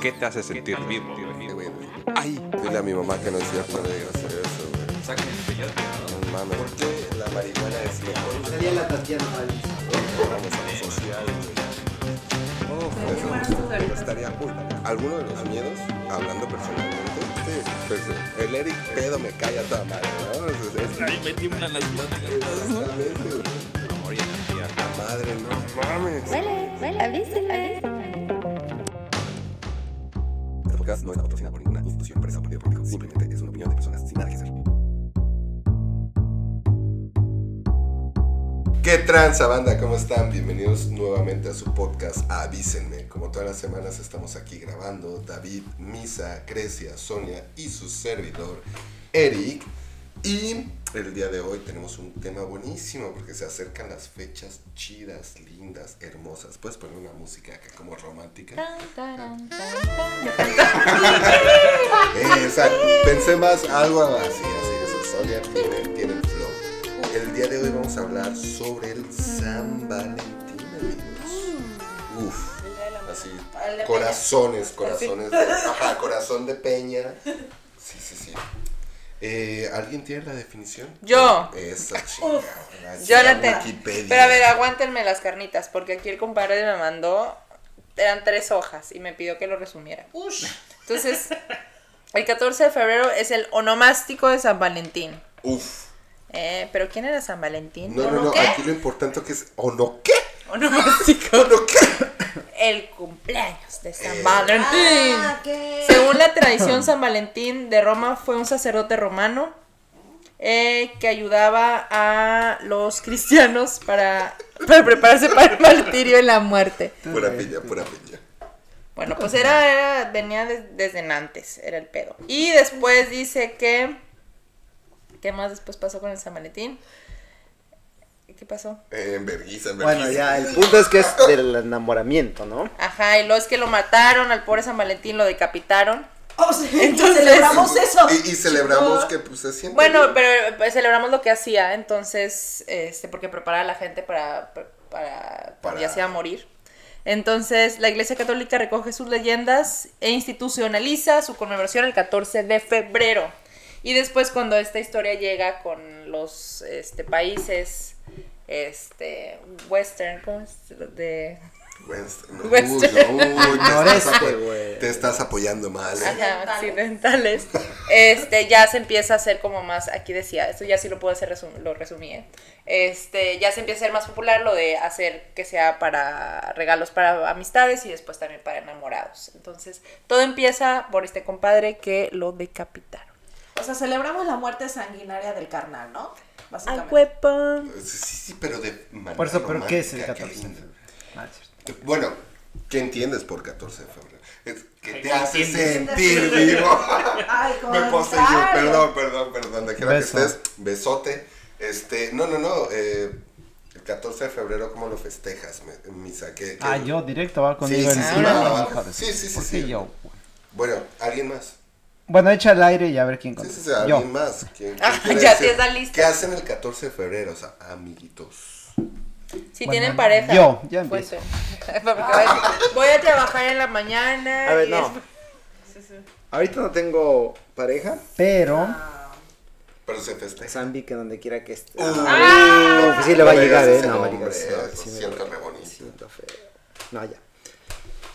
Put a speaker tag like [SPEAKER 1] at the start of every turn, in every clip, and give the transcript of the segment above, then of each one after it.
[SPEAKER 1] ¿Qué te hace sentir vivo?
[SPEAKER 2] Ay, dile a mi mamá que no es cierto, no digas eso, güey.
[SPEAKER 1] Sáquenme el peyote.
[SPEAKER 2] No mames. ¿Por qué la marihuana es mejor?
[SPEAKER 3] Sería la Tatiana Paris.
[SPEAKER 2] Vamos a lo social, güey. Oh, eso estaría cool. ¿Alguno de los miedos, hablando personalmente? Sí, pues el Eric pedo me cae a toda madre, ¿no? Es- es- es-
[SPEAKER 4] Ahí me tiemblan las pláticas.
[SPEAKER 2] Exactamente, güey.
[SPEAKER 1] Amor y energía.
[SPEAKER 2] Madre, no mames.
[SPEAKER 5] Huele, huele, avísale.
[SPEAKER 2] Este podcast no es patrocinado por ninguna institución, empresa o partido político. Simplemente es una opinión de personas sin nada que hacer. ¿Qué tranza, banda? ¿Cómo están? Bienvenidos nuevamente a su podcast Avísenme. Como todas las semanas estamos aquí grabando David, Misa, Crecia, Sonia y su servidor Eric. Y el día de hoy tenemos un tema buenísimo porque se acercan las fechas chidas, lindas, hermosas. Puedes poner una música acá como romántica. Eh, o sea, pensé más algo así, así que Sonia tiene, tiene el flow. El día de hoy vamos a hablar sobre el San Valentín, amigos. Uf, así, corazones, corazones, de, ajá, corazón de peña. Sí, sí, sí. Eh, ¿Alguien tiene la definición?
[SPEAKER 6] Yo.
[SPEAKER 2] Esa chingada.
[SPEAKER 6] Yo la tengo.
[SPEAKER 2] Wikipedia.
[SPEAKER 6] Pero a ver, aguántenme las carnitas, porque aquí el compadre me mandó, eran tres hojas y me pidió que lo resumiera. Entonces, el 14 de febrero es el onomástico de San Valentín.
[SPEAKER 2] Uf.
[SPEAKER 6] Eh, ¿Pero quién era San Valentín?
[SPEAKER 2] No, no, no, aquí lo importante que es, ¿o no qué?
[SPEAKER 6] Onomástico.
[SPEAKER 2] ¿O no qué?
[SPEAKER 6] El cumpleaños de San
[SPEAKER 2] Eh.
[SPEAKER 6] Valentín. Según la tradición, San Valentín de Roma fue un sacerdote romano eh, que ayudaba a los cristianos para, para prepararse para el martirio y la muerte.
[SPEAKER 2] Pura piña, pura piña.
[SPEAKER 6] Bueno, pues era, era- venía de- desde antes, era el pedo. Y después dice que... ¿Qué más después pasó con el San Valentín? ¿Qué pasó?
[SPEAKER 2] Eh, En vergüenza, en
[SPEAKER 3] Bueno,
[SPEAKER 2] vergüenza.
[SPEAKER 3] ya, el punto es que es del enamoramiento, ¿no?
[SPEAKER 6] Ajá, y luego es que lo mataron al pobre San Valentín, lo decapitaron.
[SPEAKER 7] O sea,
[SPEAKER 6] Entonces-
[SPEAKER 7] Oh, celebramos eso.
[SPEAKER 2] Y, y celebramos que pues se siente.
[SPEAKER 6] Bueno,
[SPEAKER 2] bien.
[SPEAKER 6] pero pues, celebramos lo que hacía, entonces, este, porque preparaba a la gente para, para, cuando ya se iba a morir. Entonces, la Iglesia Católica recoge sus leyendas e institucionaliza su conmemoración el 14 de febrero. Y después, cuando esta historia llega con los este, países este, western, ¿cómo es? De,
[SPEAKER 2] West- no,
[SPEAKER 6] Western.
[SPEAKER 2] uy, no, uy, te
[SPEAKER 3] Noreste,
[SPEAKER 2] estás apo-
[SPEAKER 3] este, güey.
[SPEAKER 2] Te estás apoyando mal. ¿eh?
[SPEAKER 6] Ajá, occidentales, este, ya se empieza a hacer como más, aquí decía, esto ya sí lo puedo hacer, resum- lo resumí, ¿eh? este, ya se empieza a ser más popular lo de hacer que sea para regalos para amistades y después también para enamorados. Entonces, todo empieza por este compadre que lo decapitaron.
[SPEAKER 7] O sea, celebramos la muerte sanguinaria del carnal, ¿no?
[SPEAKER 6] Al
[SPEAKER 7] Básicamente.
[SPEAKER 6] cuerpo.
[SPEAKER 2] Sí, sí, sí, pero de manera
[SPEAKER 3] Por eso, ¿pero qué es el
[SPEAKER 2] romántica,
[SPEAKER 3] 14 de
[SPEAKER 2] lindo.
[SPEAKER 3] febrero? Ah, es cierto.
[SPEAKER 2] Bueno, ¿qué entiendes por 14 de febrero? Es que te
[SPEAKER 4] ¿Qué
[SPEAKER 2] hace
[SPEAKER 4] entiendes?
[SPEAKER 2] sentir vivo.
[SPEAKER 7] Ay,
[SPEAKER 2] Me
[SPEAKER 7] contrario.
[SPEAKER 2] poseyó, perdón, perdón, perdón. Donde quiera que
[SPEAKER 3] Beso.
[SPEAKER 2] estés, besote. Este, no, no, no. eh, el 14 de febrero, ¿cómo lo festejas, me- misa? ¿Qué- qué-
[SPEAKER 3] Ah, yo directo va conmigo
[SPEAKER 2] sí,
[SPEAKER 3] el
[SPEAKER 2] sí,
[SPEAKER 3] culo,
[SPEAKER 2] va, va,
[SPEAKER 3] hijo
[SPEAKER 2] va.
[SPEAKER 3] de su-
[SPEAKER 2] Sí, sí, sí,
[SPEAKER 3] ¿por
[SPEAKER 2] sí.
[SPEAKER 3] qué yo?
[SPEAKER 2] Bueno, ¿alguien más?
[SPEAKER 3] Bueno, echa el aire y a ver quién
[SPEAKER 2] Sí, sí,
[SPEAKER 3] contesta.
[SPEAKER 2] sí, alguien
[SPEAKER 3] yo.
[SPEAKER 2] más. ¿Quién-
[SPEAKER 6] Ah,
[SPEAKER 2] quién quiere
[SPEAKER 6] ya
[SPEAKER 2] decir?
[SPEAKER 6] sí está listo.
[SPEAKER 2] ¿Qué hacen el 14 de febrero? O sea, amiguitos.
[SPEAKER 6] Si
[SPEAKER 3] Bueno,
[SPEAKER 6] tienen pareja.
[SPEAKER 3] yo, ya
[SPEAKER 6] Fuente. Porque va a decir, Voy a trabajar en la mañana.
[SPEAKER 3] A ver,
[SPEAKER 6] y
[SPEAKER 3] no.
[SPEAKER 6] después-
[SPEAKER 3] Ahorita no tengo pareja, pero
[SPEAKER 2] Ah, Pero se festeja.
[SPEAKER 3] Zambi que donde quiera que esté.
[SPEAKER 2] Ah,
[SPEAKER 3] no, sí le va a llegar,
[SPEAKER 2] ese
[SPEAKER 3] eh, no,
[SPEAKER 2] nombre,
[SPEAKER 3] marica, sí,
[SPEAKER 2] eso
[SPEAKER 3] sí me
[SPEAKER 2] siento
[SPEAKER 3] va.
[SPEAKER 2] re bonito.
[SPEAKER 3] Siento feo. No, ya.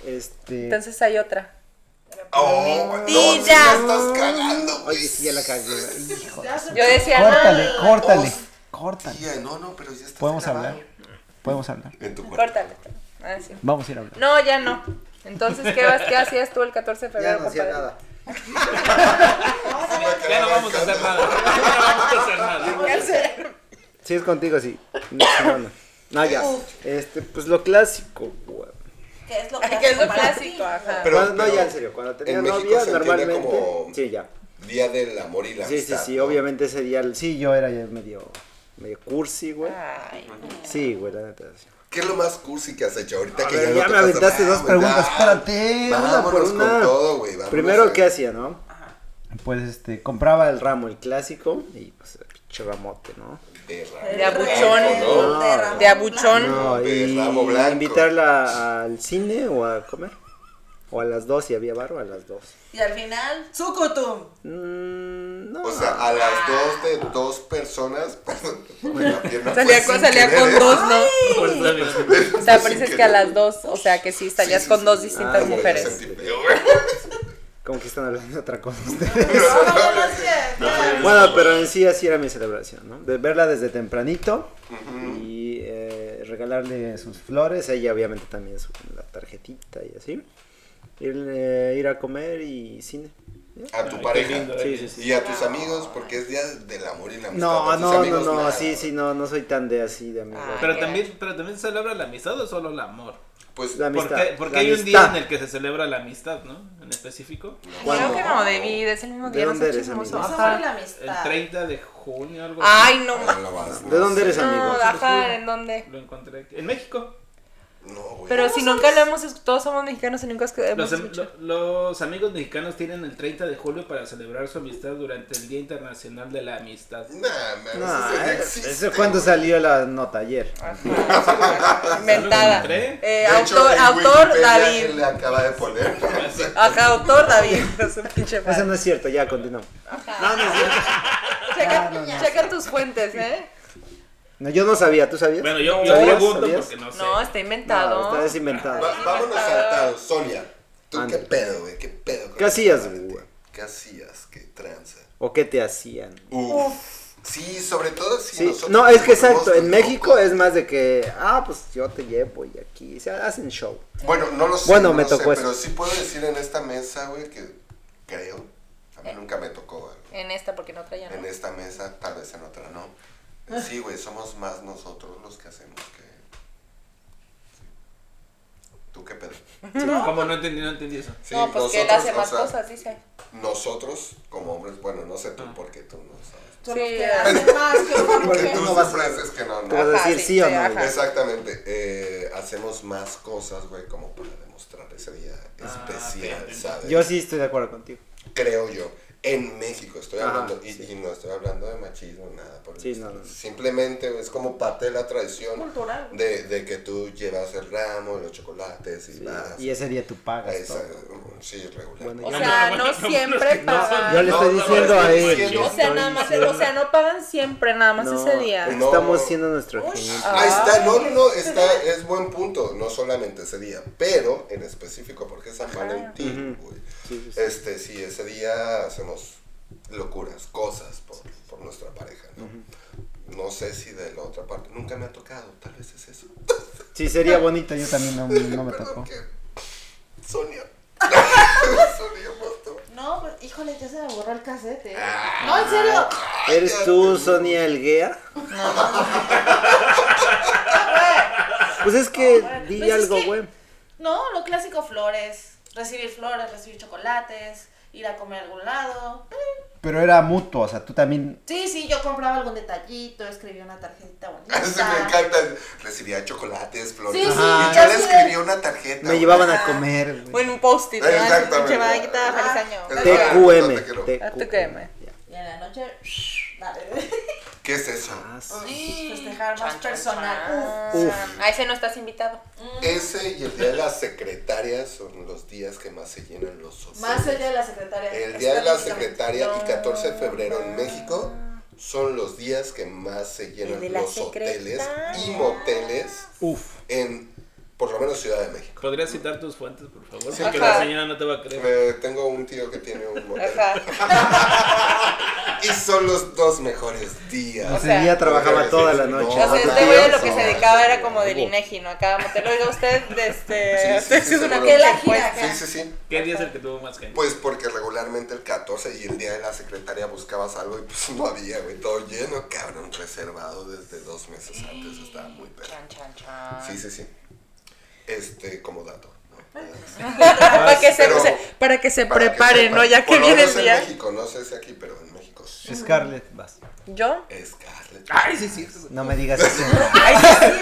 [SPEAKER 3] Este.
[SPEAKER 6] Entonces hay otra.
[SPEAKER 2] Oh, no, si
[SPEAKER 6] Mentira.
[SPEAKER 2] la estás cagando, güey.
[SPEAKER 3] Oye, sí, ya la cagué. Hijo.
[SPEAKER 7] Ya se-
[SPEAKER 6] Yo decía, "Ah,
[SPEAKER 3] Córtale,
[SPEAKER 6] no,
[SPEAKER 3] córtale,
[SPEAKER 2] Hostia.
[SPEAKER 3] córtale.
[SPEAKER 2] Tía, No, no, pero ya estás
[SPEAKER 3] Podemos
[SPEAKER 2] grabado.
[SPEAKER 3] hablar. Podemos hablar.
[SPEAKER 2] En tu cuerpo.
[SPEAKER 6] córtale. Ah, sí.
[SPEAKER 3] Vamos a ir a hablar.
[SPEAKER 6] No, ya no. Entonces, ¿qué, vas, qué hacías tú el 14 de febrero, compadre?
[SPEAKER 4] Ya no vamos a hacer nada. Ya no vamos a hacer nada.
[SPEAKER 6] ¿Qué hacer?
[SPEAKER 3] Si es contigo, sí. No, si no, no. No, ya. Este, pues lo clásico, güey.
[SPEAKER 7] ¿Qué es lo
[SPEAKER 6] Ay, que es lo
[SPEAKER 7] para ti?
[SPEAKER 6] clásico, ajá.
[SPEAKER 2] Pero-
[SPEAKER 3] Cuando- no,
[SPEAKER 2] pero
[SPEAKER 3] ya en serio. Cuando tenía
[SPEAKER 2] en México
[SPEAKER 3] novia,
[SPEAKER 2] se entiende
[SPEAKER 3] normalmente.
[SPEAKER 2] como-
[SPEAKER 3] Sí, ya.
[SPEAKER 2] Día del amor y la
[SPEAKER 3] Sí, sí,
[SPEAKER 2] amistad.
[SPEAKER 3] sí.
[SPEAKER 2] ¿no?
[SPEAKER 3] Obviamente ese día. Sí, yo era ya medio. medio cursi, güey.
[SPEAKER 6] Ay,
[SPEAKER 3] Sí, güey, la neta. sí.
[SPEAKER 2] ¿Qué es lo más cursi que has hecho ahorita
[SPEAKER 3] A
[SPEAKER 2] que
[SPEAKER 3] ver,
[SPEAKER 2] ya,
[SPEAKER 3] ya
[SPEAKER 2] no
[SPEAKER 3] me
[SPEAKER 2] tocas-
[SPEAKER 3] aventaste
[SPEAKER 2] Ah,
[SPEAKER 3] dos
[SPEAKER 2] güey,
[SPEAKER 3] preguntas.
[SPEAKER 2] ya.
[SPEAKER 3] Espérate, una por
[SPEAKER 2] Vámonos
[SPEAKER 3] una.
[SPEAKER 2] con todo, güey. vámonos,
[SPEAKER 3] Primero,
[SPEAKER 2] güey.
[SPEAKER 3] ¿qué hacía, no? Pues este, compraba el ramo, el clásico, y pues el pinche ramote, ¿no?
[SPEAKER 2] perra.
[SPEAKER 6] De abuchón.
[SPEAKER 2] ¿no?
[SPEAKER 6] De abuchón.
[SPEAKER 3] No, y
[SPEAKER 2] Ramo blanco.
[SPEAKER 3] invitarla al cine o a comer. O a las dos, si había bar o a las dos.
[SPEAKER 7] Y al final, Sucutum.
[SPEAKER 3] Mm, no.
[SPEAKER 2] O sea, a las dos de dos personas. bueno, la pierna fue pues,
[SPEAKER 6] Salía,
[SPEAKER 2] sin
[SPEAKER 6] con, salía
[SPEAKER 2] querer,
[SPEAKER 6] con
[SPEAKER 2] ¿eh?
[SPEAKER 6] dos, ¿no?
[SPEAKER 4] Pues está bien.
[SPEAKER 6] O sea,
[SPEAKER 2] Sin
[SPEAKER 6] pareces que a
[SPEAKER 2] querer.
[SPEAKER 6] las dos, o sea, que sí, salías
[SPEAKER 2] Sí, sí,
[SPEAKER 6] con
[SPEAKER 2] sí.
[SPEAKER 6] dos distintas
[SPEAKER 3] Ah,
[SPEAKER 2] Ay, güey, me
[SPEAKER 6] mujeres.
[SPEAKER 2] sentí feo, güey.
[SPEAKER 3] Como que están hablando de otra cosa ustedes.
[SPEAKER 7] No, no, no, sí, claro.
[SPEAKER 3] Bueno, pero en sí así era mi celebración, ¿no? De verla desde tempranito y eh, regalarle sus flores, ella obviamente también su la tarjetita y así. Ir, eh, ir a comer y cine.
[SPEAKER 2] A tu
[SPEAKER 4] Ay,
[SPEAKER 2] pareja.
[SPEAKER 4] qué lindo,
[SPEAKER 3] Sí,
[SPEAKER 4] eh.
[SPEAKER 3] sí, sí.
[SPEAKER 2] Y a tus amigos, porque es día del amor y la amistad. A tus
[SPEAKER 3] No, no, no,
[SPEAKER 2] amigos,
[SPEAKER 3] no,
[SPEAKER 2] nada.
[SPEAKER 3] sí, sí, no, no soy tan de así de amigo.
[SPEAKER 6] Ah,
[SPEAKER 4] Pero también, pero también se celebra la amistad o solo el amor.
[SPEAKER 2] Pues,
[SPEAKER 3] La amistad.
[SPEAKER 4] Porque, porque
[SPEAKER 3] la
[SPEAKER 4] hay un día
[SPEAKER 3] amistad.
[SPEAKER 4] en el que se celebra la amistad, ¿no? En específico.
[SPEAKER 3] ¿Cuándo?
[SPEAKER 6] Creo que no, David, es el mismo
[SPEAKER 3] ¿De
[SPEAKER 6] día. no
[SPEAKER 3] dónde
[SPEAKER 6] seas
[SPEAKER 3] eres,
[SPEAKER 6] chismoso.
[SPEAKER 3] amigo?
[SPEAKER 7] Eso
[SPEAKER 6] Ajá.
[SPEAKER 7] fue la
[SPEAKER 4] El
[SPEAKER 7] amistad.
[SPEAKER 4] 30 de junio, algo así.
[SPEAKER 6] Ay, no.
[SPEAKER 2] no la vas, no
[SPEAKER 3] ¿De dónde
[SPEAKER 2] sé.
[SPEAKER 3] eres
[SPEAKER 6] No,
[SPEAKER 3] amigo?
[SPEAKER 6] ajá, ¿en dónde?
[SPEAKER 4] Lo encontré aquí. En México.
[SPEAKER 2] No, güey.
[SPEAKER 6] Pero si nunca lo hemos escuchado, todos somos mexicanos y nunca hemos
[SPEAKER 4] Los, am-
[SPEAKER 6] escuchado.
[SPEAKER 4] lo- los amigos mexicanos tienen el 30 de julio para celebrar su amistad durante el Día Internacional de la Amistad.
[SPEAKER 2] Nah, man,
[SPEAKER 3] No,
[SPEAKER 2] eso,
[SPEAKER 3] eh,
[SPEAKER 2] existe,
[SPEAKER 3] eso cuando salió la nota ayer.
[SPEAKER 6] Inventada.
[SPEAKER 4] Lo encontré.
[SPEAKER 6] Eh,
[SPEAKER 2] De hecho,
[SPEAKER 6] autor,
[SPEAKER 2] en
[SPEAKER 6] autor
[SPEAKER 2] Wikipedia
[SPEAKER 6] David.
[SPEAKER 2] él le acaba de poner.
[SPEAKER 6] Ajá, autor David. No sé, pinche
[SPEAKER 3] Eso
[SPEAKER 6] madre.
[SPEAKER 3] no es cierto, ya continuamos.
[SPEAKER 6] Checa, checa tus fuentes, ¿eh?
[SPEAKER 3] No, yo no sabía, ¿tú sabías?
[SPEAKER 4] Bueno, yo,
[SPEAKER 3] ¿Tú
[SPEAKER 4] yo
[SPEAKER 3] sabías?
[SPEAKER 4] pregunto
[SPEAKER 3] ¿Sabías?
[SPEAKER 4] porque no sé.
[SPEAKER 6] No, está
[SPEAKER 3] No,
[SPEAKER 6] inventado.
[SPEAKER 3] está desinventado.
[SPEAKER 2] Va- vámonos saltados, Sonia. ¿Tú
[SPEAKER 3] Ándale.
[SPEAKER 2] qué pedo, güey? ¿Qué pedo? con
[SPEAKER 3] ¿Qué hacías,
[SPEAKER 2] la gente?
[SPEAKER 3] güey?
[SPEAKER 2] ¿Qué hacías? ¿Qué tranza?
[SPEAKER 3] ¿O qué te hacían?
[SPEAKER 2] Uf. Sí, sobre todo si
[SPEAKER 3] Sí,
[SPEAKER 2] nosotros
[SPEAKER 3] no, es que
[SPEAKER 2] nos volvemos
[SPEAKER 3] exacto, en
[SPEAKER 2] locos.
[SPEAKER 3] México es más de que, ah, pues yo te llevo y aquí, se hacen show.
[SPEAKER 2] Bueno, no lo sé.
[SPEAKER 3] Bueno,
[SPEAKER 2] no
[SPEAKER 3] me
[SPEAKER 2] lo sé,
[SPEAKER 3] tocó eso.
[SPEAKER 2] Pero sí puedo decir en esta mesa, güey, que creo. A mí nunca me tocó, güey.
[SPEAKER 6] En esta, porque no traía
[SPEAKER 2] En
[SPEAKER 6] ¿no?
[SPEAKER 2] esta mesa, tal vez en otra no.
[SPEAKER 6] Ah.
[SPEAKER 2] Sí, güey, somos más nosotros los que hacemos que. sí. ¿Tú qué pedo?
[SPEAKER 4] Como no entendí, no entendí eso.
[SPEAKER 2] Sí,
[SPEAKER 6] No, pues que él
[SPEAKER 2] nosotros,
[SPEAKER 6] hace
[SPEAKER 2] o
[SPEAKER 6] más
[SPEAKER 2] sea,
[SPEAKER 6] cosas, dice.
[SPEAKER 2] Nosotros, como hombres, bueno, no sé tú porque tú no sabes.
[SPEAKER 7] Son los
[SPEAKER 6] Sí,
[SPEAKER 7] que
[SPEAKER 6] ah.
[SPEAKER 7] hacen más que uno
[SPEAKER 2] Porque
[SPEAKER 7] que-
[SPEAKER 2] tú
[SPEAKER 3] no vas a-
[SPEAKER 2] siempre haces que no,
[SPEAKER 3] Tú
[SPEAKER 2] no.
[SPEAKER 3] vas a
[SPEAKER 6] Ajá,
[SPEAKER 3] decir
[SPEAKER 6] sí,
[SPEAKER 3] sí, o
[SPEAKER 6] sí,
[SPEAKER 3] no.
[SPEAKER 6] ajá.
[SPEAKER 3] güey.
[SPEAKER 2] Exactamente, eh, hacemos más cosas, güey, como para demostrar ese día especial, ¿sabes?
[SPEAKER 3] Yo sí estoy de acuerdo contigo.
[SPEAKER 2] creo yo, en México estoy
[SPEAKER 3] Ajá,
[SPEAKER 2] hablando, y,
[SPEAKER 3] sí.
[SPEAKER 2] y no estoy hablando de machismo, nada, por el
[SPEAKER 3] Sí,
[SPEAKER 2] estilo.
[SPEAKER 3] no, no.
[SPEAKER 2] simplemente es como parte de la tradición
[SPEAKER 7] Cultural.
[SPEAKER 2] de, de que tú llevas el ramo, los chocolates y vas.
[SPEAKER 3] Y ese día tú
[SPEAKER 2] a
[SPEAKER 3] pagas.
[SPEAKER 2] esa-
[SPEAKER 3] todo.
[SPEAKER 2] sí, regular.
[SPEAKER 3] Bueno,
[SPEAKER 6] O
[SPEAKER 3] yo-
[SPEAKER 6] sea,
[SPEAKER 4] no,
[SPEAKER 6] no
[SPEAKER 4] no, no,
[SPEAKER 6] siempre pagan.
[SPEAKER 3] yo le
[SPEAKER 2] No,
[SPEAKER 3] estoy
[SPEAKER 2] no,
[SPEAKER 3] diciendo
[SPEAKER 2] no,
[SPEAKER 3] a
[SPEAKER 2] estoy
[SPEAKER 3] él.
[SPEAKER 2] diciendo-
[SPEAKER 6] O sea, nada más, o sea, no pagan siempre, nada más
[SPEAKER 3] No,
[SPEAKER 6] ese día.
[SPEAKER 3] es que
[SPEAKER 2] No.
[SPEAKER 3] Estamos siendo nuestro ejemplo.
[SPEAKER 2] Ahí
[SPEAKER 7] Ah.
[SPEAKER 2] está, no, no, no, está, es buen punto, no solamente ese día, pero en específico, porque es San Valentín, güey.
[SPEAKER 3] Sí, sí, sí.
[SPEAKER 2] Este, sí, ese día hacemos locuras, cosas por, por nuestra pareja, ¿no? No sé si de la otra parte, nunca me ha tocado, tal vez es eso.
[SPEAKER 3] Sí, sería bonito, yo también no, no me tocó.
[SPEAKER 2] Sonia. Sonia Moto.
[SPEAKER 7] No, pues, híjole, ya se me borró el casete. No, en serio.
[SPEAKER 3] ¿Eres tú, Sonia Elguea? Pues es que di
[SPEAKER 7] Pues es
[SPEAKER 3] algo,
[SPEAKER 7] que-
[SPEAKER 3] güey.
[SPEAKER 7] No, lo clásico flores. Recibir flores, recibir chocolates, ir a comer a algún lado.
[SPEAKER 3] Pero era mutuo, o sea, tú también.
[SPEAKER 7] Sí, sí, yo compraba algún detallito, escribía una tarjetita bonita.
[SPEAKER 2] Eso me encanta. Recibía chocolates, flores.
[SPEAKER 7] Sí, sí,
[SPEAKER 2] y
[SPEAKER 7] yo
[SPEAKER 2] yo le
[SPEAKER 7] sí.
[SPEAKER 2] escribía una tarjeta.
[SPEAKER 3] Me
[SPEAKER 2] güey.
[SPEAKER 3] llevaban a comer,
[SPEAKER 6] O
[SPEAKER 3] güey.
[SPEAKER 6] en un post-it, ¿no?
[SPEAKER 2] Exactamente.
[SPEAKER 6] Así, pinche madre, quita, feliz año.
[SPEAKER 2] Ah,
[SPEAKER 3] TQM.
[SPEAKER 2] no te quiero.
[SPEAKER 6] Ah, tú qué, me.
[SPEAKER 3] Ya.
[SPEAKER 7] Y en la noche, dale.
[SPEAKER 2] ¿Qué es eso?
[SPEAKER 3] Ah, sí.
[SPEAKER 7] Festejar más
[SPEAKER 6] Chan, chan,
[SPEAKER 7] personal.
[SPEAKER 6] chan.
[SPEAKER 3] Uf.
[SPEAKER 6] A ese no estás invitado.
[SPEAKER 2] Ese y el día de las secretarias son los días que más se llenan los
[SPEAKER 7] Uf.
[SPEAKER 2] hoteles.
[SPEAKER 7] Más el día de la secretaria.
[SPEAKER 2] El día de la
[SPEAKER 7] específicamente.
[SPEAKER 2] secretaria y 14 de febrero en México son los días que más se llenan
[SPEAKER 6] El de la
[SPEAKER 2] los hoteles y
[SPEAKER 6] secretaria.
[SPEAKER 2] moteles
[SPEAKER 3] Uf.
[SPEAKER 2] en, por lo menos, Ciudad de México.
[SPEAKER 4] ¿Podrías citar tus fuentes, por favor?
[SPEAKER 2] Sí,
[SPEAKER 4] Porque
[SPEAKER 6] claro.
[SPEAKER 4] la señora no te va a
[SPEAKER 3] Pues,
[SPEAKER 4] creer.
[SPEAKER 2] Eh, tengo un tío que tiene un motel.
[SPEAKER 6] Ajá.
[SPEAKER 2] Y son los dos mejores días.
[SPEAKER 6] O
[SPEAKER 3] Ese
[SPEAKER 6] sea-
[SPEAKER 3] día trabajaba toda la
[SPEAKER 2] No,
[SPEAKER 3] noche.
[SPEAKER 6] O sea, este
[SPEAKER 2] no,
[SPEAKER 6] güey a lo que
[SPEAKER 2] no,
[SPEAKER 6] se
[SPEAKER 2] no,
[SPEAKER 6] dedicaba
[SPEAKER 2] no,
[SPEAKER 6] era
[SPEAKER 2] no,
[SPEAKER 6] como del
[SPEAKER 3] no.
[SPEAKER 6] INEGI, ¿no? A cada motel. Oiga, usted, este.
[SPEAKER 2] Sí, sí,
[SPEAKER 6] Usted
[SPEAKER 2] sí,
[SPEAKER 6] es
[SPEAKER 2] seguro.
[SPEAKER 6] una pinche
[SPEAKER 7] Que la
[SPEAKER 6] encuesta.
[SPEAKER 7] gira.
[SPEAKER 2] Sí, sí, sí.
[SPEAKER 4] ¿Qué día es el que tuvo más gente?
[SPEAKER 2] Pues porque regularmente el 14 y el día de la secretaria buscabas algo y pues no había, güey. Todo lleno, cabrón, reservado desde dos meses antes. Estaba muy perro.
[SPEAKER 6] Chan, chan, chan.
[SPEAKER 2] Sí, sí, sí. Este, como dato.
[SPEAKER 6] Ah,
[SPEAKER 2] ¿no?
[SPEAKER 6] Para que se,
[SPEAKER 2] Pero-
[SPEAKER 6] se- para que se
[SPEAKER 2] Para que
[SPEAKER 6] pues, preparen,
[SPEAKER 2] sepan.
[SPEAKER 6] ¿no? Ya que
[SPEAKER 2] Bueno,
[SPEAKER 6] viene
[SPEAKER 2] no
[SPEAKER 6] el
[SPEAKER 2] sé
[SPEAKER 6] día.
[SPEAKER 2] En México, no sé si aquí, pero en México sí.
[SPEAKER 3] Scarlett, vas.
[SPEAKER 6] ¿Yo?
[SPEAKER 2] Scarlett.
[SPEAKER 4] Ay, sí, sí.
[SPEAKER 3] No me digas eso.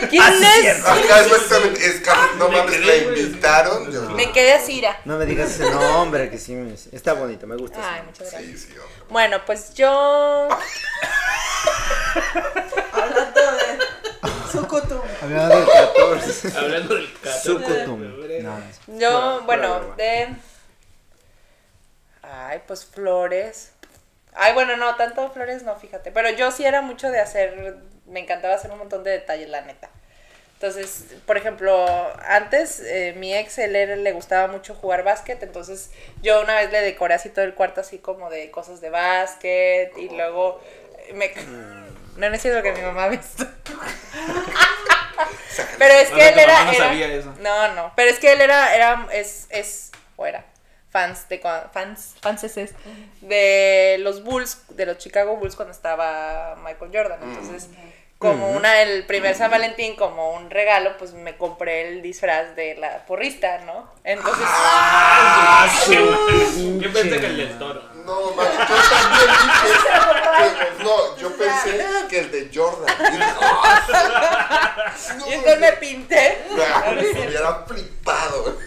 [SPEAKER 6] ¿Quién es?
[SPEAKER 2] Acá Ah, es básicamente Scarlett, no
[SPEAKER 4] Ah, Me
[SPEAKER 2] mames, la
[SPEAKER 4] quedé, güey.
[SPEAKER 2] invitaron. yo-
[SPEAKER 6] Me quedé así, ira.
[SPEAKER 3] No me digas ese nombre, que sí. me- Está bonito, me gusta. ese
[SPEAKER 6] Ay,
[SPEAKER 3] nombre.
[SPEAKER 6] pues muchas gracias.
[SPEAKER 2] Sí, sí, hombre.
[SPEAKER 6] Bueno, pues yo.
[SPEAKER 7] Sucutum.
[SPEAKER 3] Hablando del 14.
[SPEAKER 4] Hablando del 14 de
[SPEAKER 3] Sucutum.
[SPEAKER 4] febrero.
[SPEAKER 3] No.
[SPEAKER 6] Yo,
[SPEAKER 3] Bueno,
[SPEAKER 6] bueno,
[SPEAKER 3] bueno, bueno.
[SPEAKER 6] de. Ay, pues flores. Ay, bueno, no, tanto flores no, fíjate. Pero yo sí era mucho de hacer. Me encantaba hacer un montón de detalles, la neta. Entonces, por ejemplo, antes eh, mi ex, él era- le gustaba mucho jugar básquet, entonces yo una vez le decoré así todo el cuarto así como de cosas de básquet y luego eh, me... No necesito que mi mamá me esto. Pero es
[SPEAKER 4] O
[SPEAKER 6] que
[SPEAKER 4] sea,
[SPEAKER 6] él
[SPEAKER 4] tu
[SPEAKER 6] era...
[SPEAKER 4] mamá no
[SPEAKER 6] era-
[SPEAKER 4] sabía eso.
[SPEAKER 6] No, no, pero es que él era, era, es, es, o era, fans de, cua- fans, fanses de los Bulls, de los Chicago Bulls cuando estaba Michael Jordan,
[SPEAKER 4] Mm.
[SPEAKER 6] entonces como una el primer San Valentín como un regalo pues me compré el disfraz de la porrista no entonces
[SPEAKER 4] Ah. Yo pensé que el del toro.
[SPEAKER 2] No, man, yo también dije. que- No, yo pensé que el de Jordan. Y dije, "Ah, no,
[SPEAKER 6] yo entonces me pinté
[SPEAKER 2] nah, me hubiera flipado.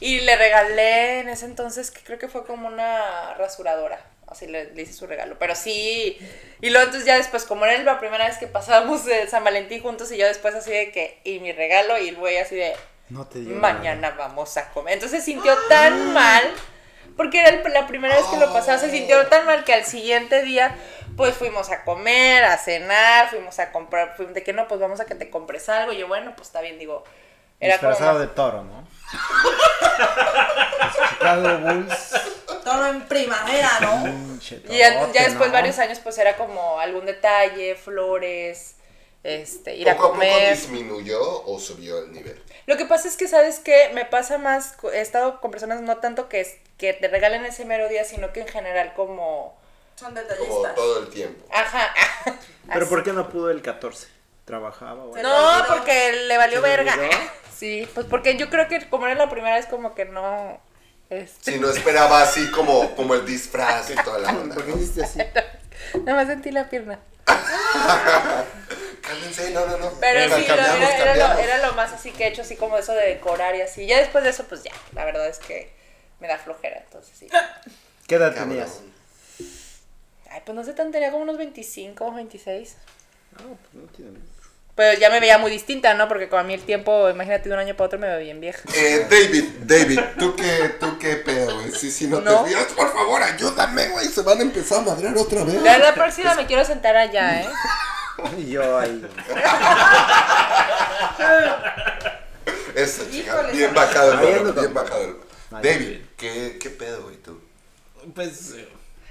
[SPEAKER 6] y le regalé en ese entonces que creo que fue como una rasuradora así le, le hice su regalo pero sí y luego entonces ya después como era la primera vez que pasábamos de San Valentín juntos y yo después así de que y mi regalo y el güey así de
[SPEAKER 3] No te digo. nada.
[SPEAKER 6] mañana vamos a comer. Entonces sintió
[SPEAKER 3] Ah.
[SPEAKER 6] tan mal, porque era el- la primera vez que lo pasaba, se sintió
[SPEAKER 3] Oh.
[SPEAKER 6] tan mal que al siguiente día, pues fuimos a comer, a cenar, fuimos a comprar, fuimos de que no, pues vamos a que te compres algo. Y yo, bueno, pues está bien, digo, era como...
[SPEAKER 3] Disfrazado de toro, ¿no? Los Pues, Chicago Bulls.
[SPEAKER 7] Todo en primavera, ¿no?
[SPEAKER 3] pinche
[SPEAKER 6] Y ya,
[SPEAKER 3] torote,
[SPEAKER 6] ya después
[SPEAKER 3] ¿no?
[SPEAKER 6] varios años, pues era como algún detalle, flores, este, ir a
[SPEAKER 2] poco a poco
[SPEAKER 6] comer.
[SPEAKER 2] disminuyó o subió el nivel.
[SPEAKER 6] Lo que pasa es que, ¿sabes qué? Me pasa más, cu- he estado con personas no tanto que, es- que te regalen ese mero día, sino que en general como...
[SPEAKER 7] Son
[SPEAKER 2] Como
[SPEAKER 7] detallistas.
[SPEAKER 2] todo el tiempo.
[SPEAKER 6] Ajá. ah,
[SPEAKER 3] Pero ¿por qué no pudo el 14? Trabajaba, güey.
[SPEAKER 7] Se le
[SPEAKER 6] No,
[SPEAKER 7] olvidó.
[SPEAKER 6] porque le valió
[SPEAKER 3] ¿Se Ah, le
[SPEAKER 6] verga.
[SPEAKER 3] olvidó?
[SPEAKER 6] Sí, pues porque yo creo que como era la primera vez como que no este,
[SPEAKER 2] Si no esperaba así como, como el disfraz y toda la onda.
[SPEAKER 3] ¿Por qué hiciste así?
[SPEAKER 6] nada más sentí la pierna.
[SPEAKER 2] Cálmense, no, no, no.
[SPEAKER 6] Pero
[SPEAKER 2] Venga,
[SPEAKER 6] sí, lo-
[SPEAKER 2] cambiamos,
[SPEAKER 6] era, era
[SPEAKER 2] cambiamos.
[SPEAKER 6] lo, era lo más así que he hecho así como eso de decorar y así. Ya después de eso pues ya, la verdad es que me da flojera, entonces sí.
[SPEAKER 3] ¿Qué edad
[SPEAKER 2] Cabrón.
[SPEAKER 3] tenías?
[SPEAKER 6] Ay, pues no sé tan tenía como unos 25 o 26.
[SPEAKER 3] No, pues no tiene.
[SPEAKER 6] Pero ya me veía muy distinta, ¿no? Porque con a mí el tiempo, imagínate de un año para otro me veo bien vieja.
[SPEAKER 2] Eh, David, David, ¿tú qué, tú qué pedo, güey? Si, si no,
[SPEAKER 6] No.
[SPEAKER 2] te rías, por favor, ayúdame, güey. Se van a empezar a madrear otra vez.
[SPEAKER 6] La, la próxima me quiero sentar allá, ¿eh?
[SPEAKER 3] Y yo ahí.
[SPEAKER 2] Esa chica,
[SPEAKER 7] Híjole,
[SPEAKER 2] bien bajado el
[SPEAKER 3] Ahí
[SPEAKER 2] valor,
[SPEAKER 3] ando
[SPEAKER 2] bien
[SPEAKER 3] con-
[SPEAKER 2] bajado el valor.
[SPEAKER 3] Ahí.
[SPEAKER 2] David, ¿qué, qué pedo, güey, tú?
[SPEAKER 4] Pues, eh,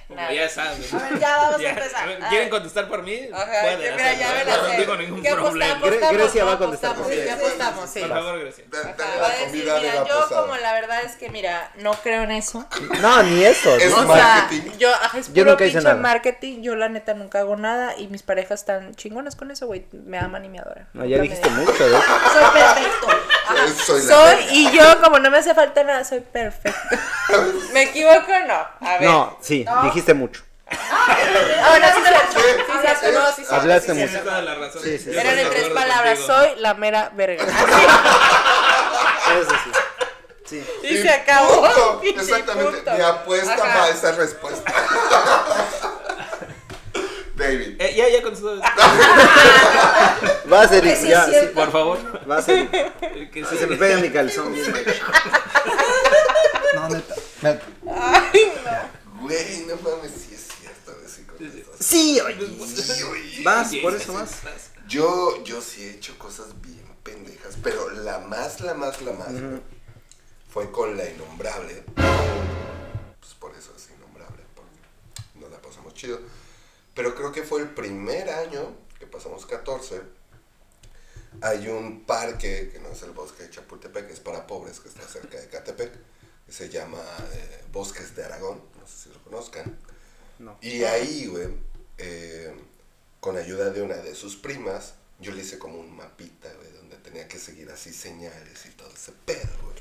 [SPEAKER 4] como
[SPEAKER 6] Nada.
[SPEAKER 4] ya saben.
[SPEAKER 7] A ver, ya vamos a
[SPEAKER 4] Ya,
[SPEAKER 7] empezar.
[SPEAKER 4] a ver,
[SPEAKER 7] Ah.
[SPEAKER 4] ¿Quieren contestar por mí?
[SPEAKER 6] Ajá,
[SPEAKER 4] Pueden
[SPEAKER 6] yo mira, ya me
[SPEAKER 4] hacerlo.
[SPEAKER 6] la
[SPEAKER 4] No
[SPEAKER 6] sé.
[SPEAKER 4] tengo ningún
[SPEAKER 6] ¿Qué apostamos?
[SPEAKER 4] problema.
[SPEAKER 3] Gre-
[SPEAKER 6] apostamos?
[SPEAKER 3] Grecia va a
[SPEAKER 6] No,
[SPEAKER 3] contestar
[SPEAKER 6] apostamos,
[SPEAKER 2] por
[SPEAKER 6] sí,
[SPEAKER 2] ti.
[SPEAKER 6] apostamos, sí.
[SPEAKER 4] Por favor, gracias.
[SPEAKER 2] Da-
[SPEAKER 6] Ajá,
[SPEAKER 2] Dale
[SPEAKER 6] va
[SPEAKER 2] la
[SPEAKER 6] a decir,
[SPEAKER 2] comida de
[SPEAKER 6] mira,
[SPEAKER 2] la
[SPEAKER 6] yo como
[SPEAKER 2] posada.
[SPEAKER 6] la verdad es que mira, no creo en eso.
[SPEAKER 3] No, ni eso.
[SPEAKER 2] Es
[SPEAKER 3] ¿no?
[SPEAKER 6] O sea,
[SPEAKER 2] Marketing.
[SPEAKER 6] yo ajá, es
[SPEAKER 3] Yo
[SPEAKER 6] puro
[SPEAKER 3] nunca hice
[SPEAKER 6] pinche
[SPEAKER 3] nada.
[SPEAKER 6] marketing, yo la neta nunca hago nada y mis parejas están chingonas con eso, güey, me aman y me adoran.
[SPEAKER 3] No, ya
[SPEAKER 6] Nunca me
[SPEAKER 3] dijiste
[SPEAKER 6] dejan.
[SPEAKER 3] mucho, ¿eh?
[SPEAKER 7] Soy perfecto.
[SPEAKER 2] Yo Soy la
[SPEAKER 6] Soy
[SPEAKER 2] verga.
[SPEAKER 6] y yo como no me hace falta nada, soy perfecta. ¿Me equivoco o no? A ver.
[SPEAKER 3] No, sí, dijiste mucho.
[SPEAKER 6] Ahora Ah, sí cierto.
[SPEAKER 2] ¿Qué?
[SPEAKER 6] Sí cierto, no, sí cierto,
[SPEAKER 3] Hablaste
[SPEAKER 6] sí
[SPEAKER 3] mucho.
[SPEAKER 6] cierto.
[SPEAKER 4] Tienes toda la razón.
[SPEAKER 3] Sí, sí.
[SPEAKER 4] Yo
[SPEAKER 6] Eran
[SPEAKER 4] estoy
[SPEAKER 6] en
[SPEAKER 4] de
[SPEAKER 6] tres
[SPEAKER 4] acuerdo
[SPEAKER 6] palabras, Ah,
[SPEAKER 4] contigo.
[SPEAKER 6] soy la mera verga.
[SPEAKER 3] Eso sí. Sí.
[SPEAKER 6] Y
[SPEAKER 2] Y
[SPEAKER 6] se acabó.
[SPEAKER 2] punto.
[SPEAKER 6] Pinche
[SPEAKER 2] Exactamente.
[SPEAKER 6] punto.
[SPEAKER 2] Mi apuesta
[SPEAKER 6] Ajá.
[SPEAKER 2] va a esa respuesta. David.
[SPEAKER 4] Eh, ya, ya contestó.
[SPEAKER 3] Va a ser.
[SPEAKER 6] Pues
[SPEAKER 7] Que sí
[SPEAKER 3] ya,
[SPEAKER 7] es cierto.
[SPEAKER 4] Por favor.
[SPEAKER 3] sí, Va a ser.
[SPEAKER 4] Que sí.
[SPEAKER 3] Ah, Se me pega mi calzón bien. No, neta. neta.
[SPEAKER 2] Güey, no mames, sí es cierto. güey, sí contestaste.
[SPEAKER 3] Sí, oye.
[SPEAKER 2] Sí, oye.
[SPEAKER 3] Vas, por eso vas.
[SPEAKER 2] Yo, yo sí he hecho cosas bien pendejas, pero la más, la más, la más güey, fue con la innombrable. Pues por eso es innombrable, porque nos la pasamos chido. Pero creo que fue el primer año que pasamos 14. Hay un parque que no es el bosque de Chapultepec, es para pobres, que está cerca de Catepec, que se llama eh, Bosques de Aragón, no sé si lo conozcan.
[SPEAKER 3] No.
[SPEAKER 2] Y ahí, güey, eh, con ayuda de una de sus primas, yo le hice como un mapita, güey, donde tenía que seguir así señales y todo ese pedo, güey.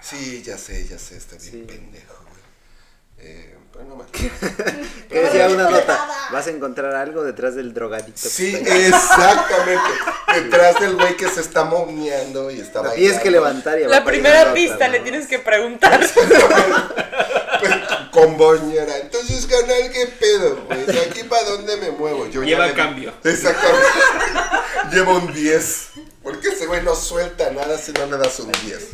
[SPEAKER 2] Sí, ya sé, ya sé, está bien
[SPEAKER 3] Sí.
[SPEAKER 2] pendejo, güey. Eh, pero no me acuerdo.
[SPEAKER 3] Que decía
[SPEAKER 7] No
[SPEAKER 3] una
[SPEAKER 7] dijiste
[SPEAKER 3] nota.
[SPEAKER 7] nada.
[SPEAKER 3] Vas a encontrar algo detrás del drogadito. que
[SPEAKER 2] Sí,
[SPEAKER 3] está ahí.
[SPEAKER 2] exactamente. Detrás del güey que se está momiando y está
[SPEAKER 3] La tienes que
[SPEAKER 2] bailando.
[SPEAKER 3] levantar y
[SPEAKER 6] La
[SPEAKER 3] abajo
[SPEAKER 6] primera
[SPEAKER 3] otra,
[SPEAKER 6] pista
[SPEAKER 3] ¿no?
[SPEAKER 6] le tienes que preguntar.
[SPEAKER 2] Con boñera. Entonces, canal, ¿qué pedo, güey? ¿De aquí para dónde me muevo? Yo ya
[SPEAKER 4] Lleva
[SPEAKER 2] le-
[SPEAKER 4] cambio.
[SPEAKER 2] Exactamente. Lleva un 10. Porque ese güey no suelta nada si no le das un 10.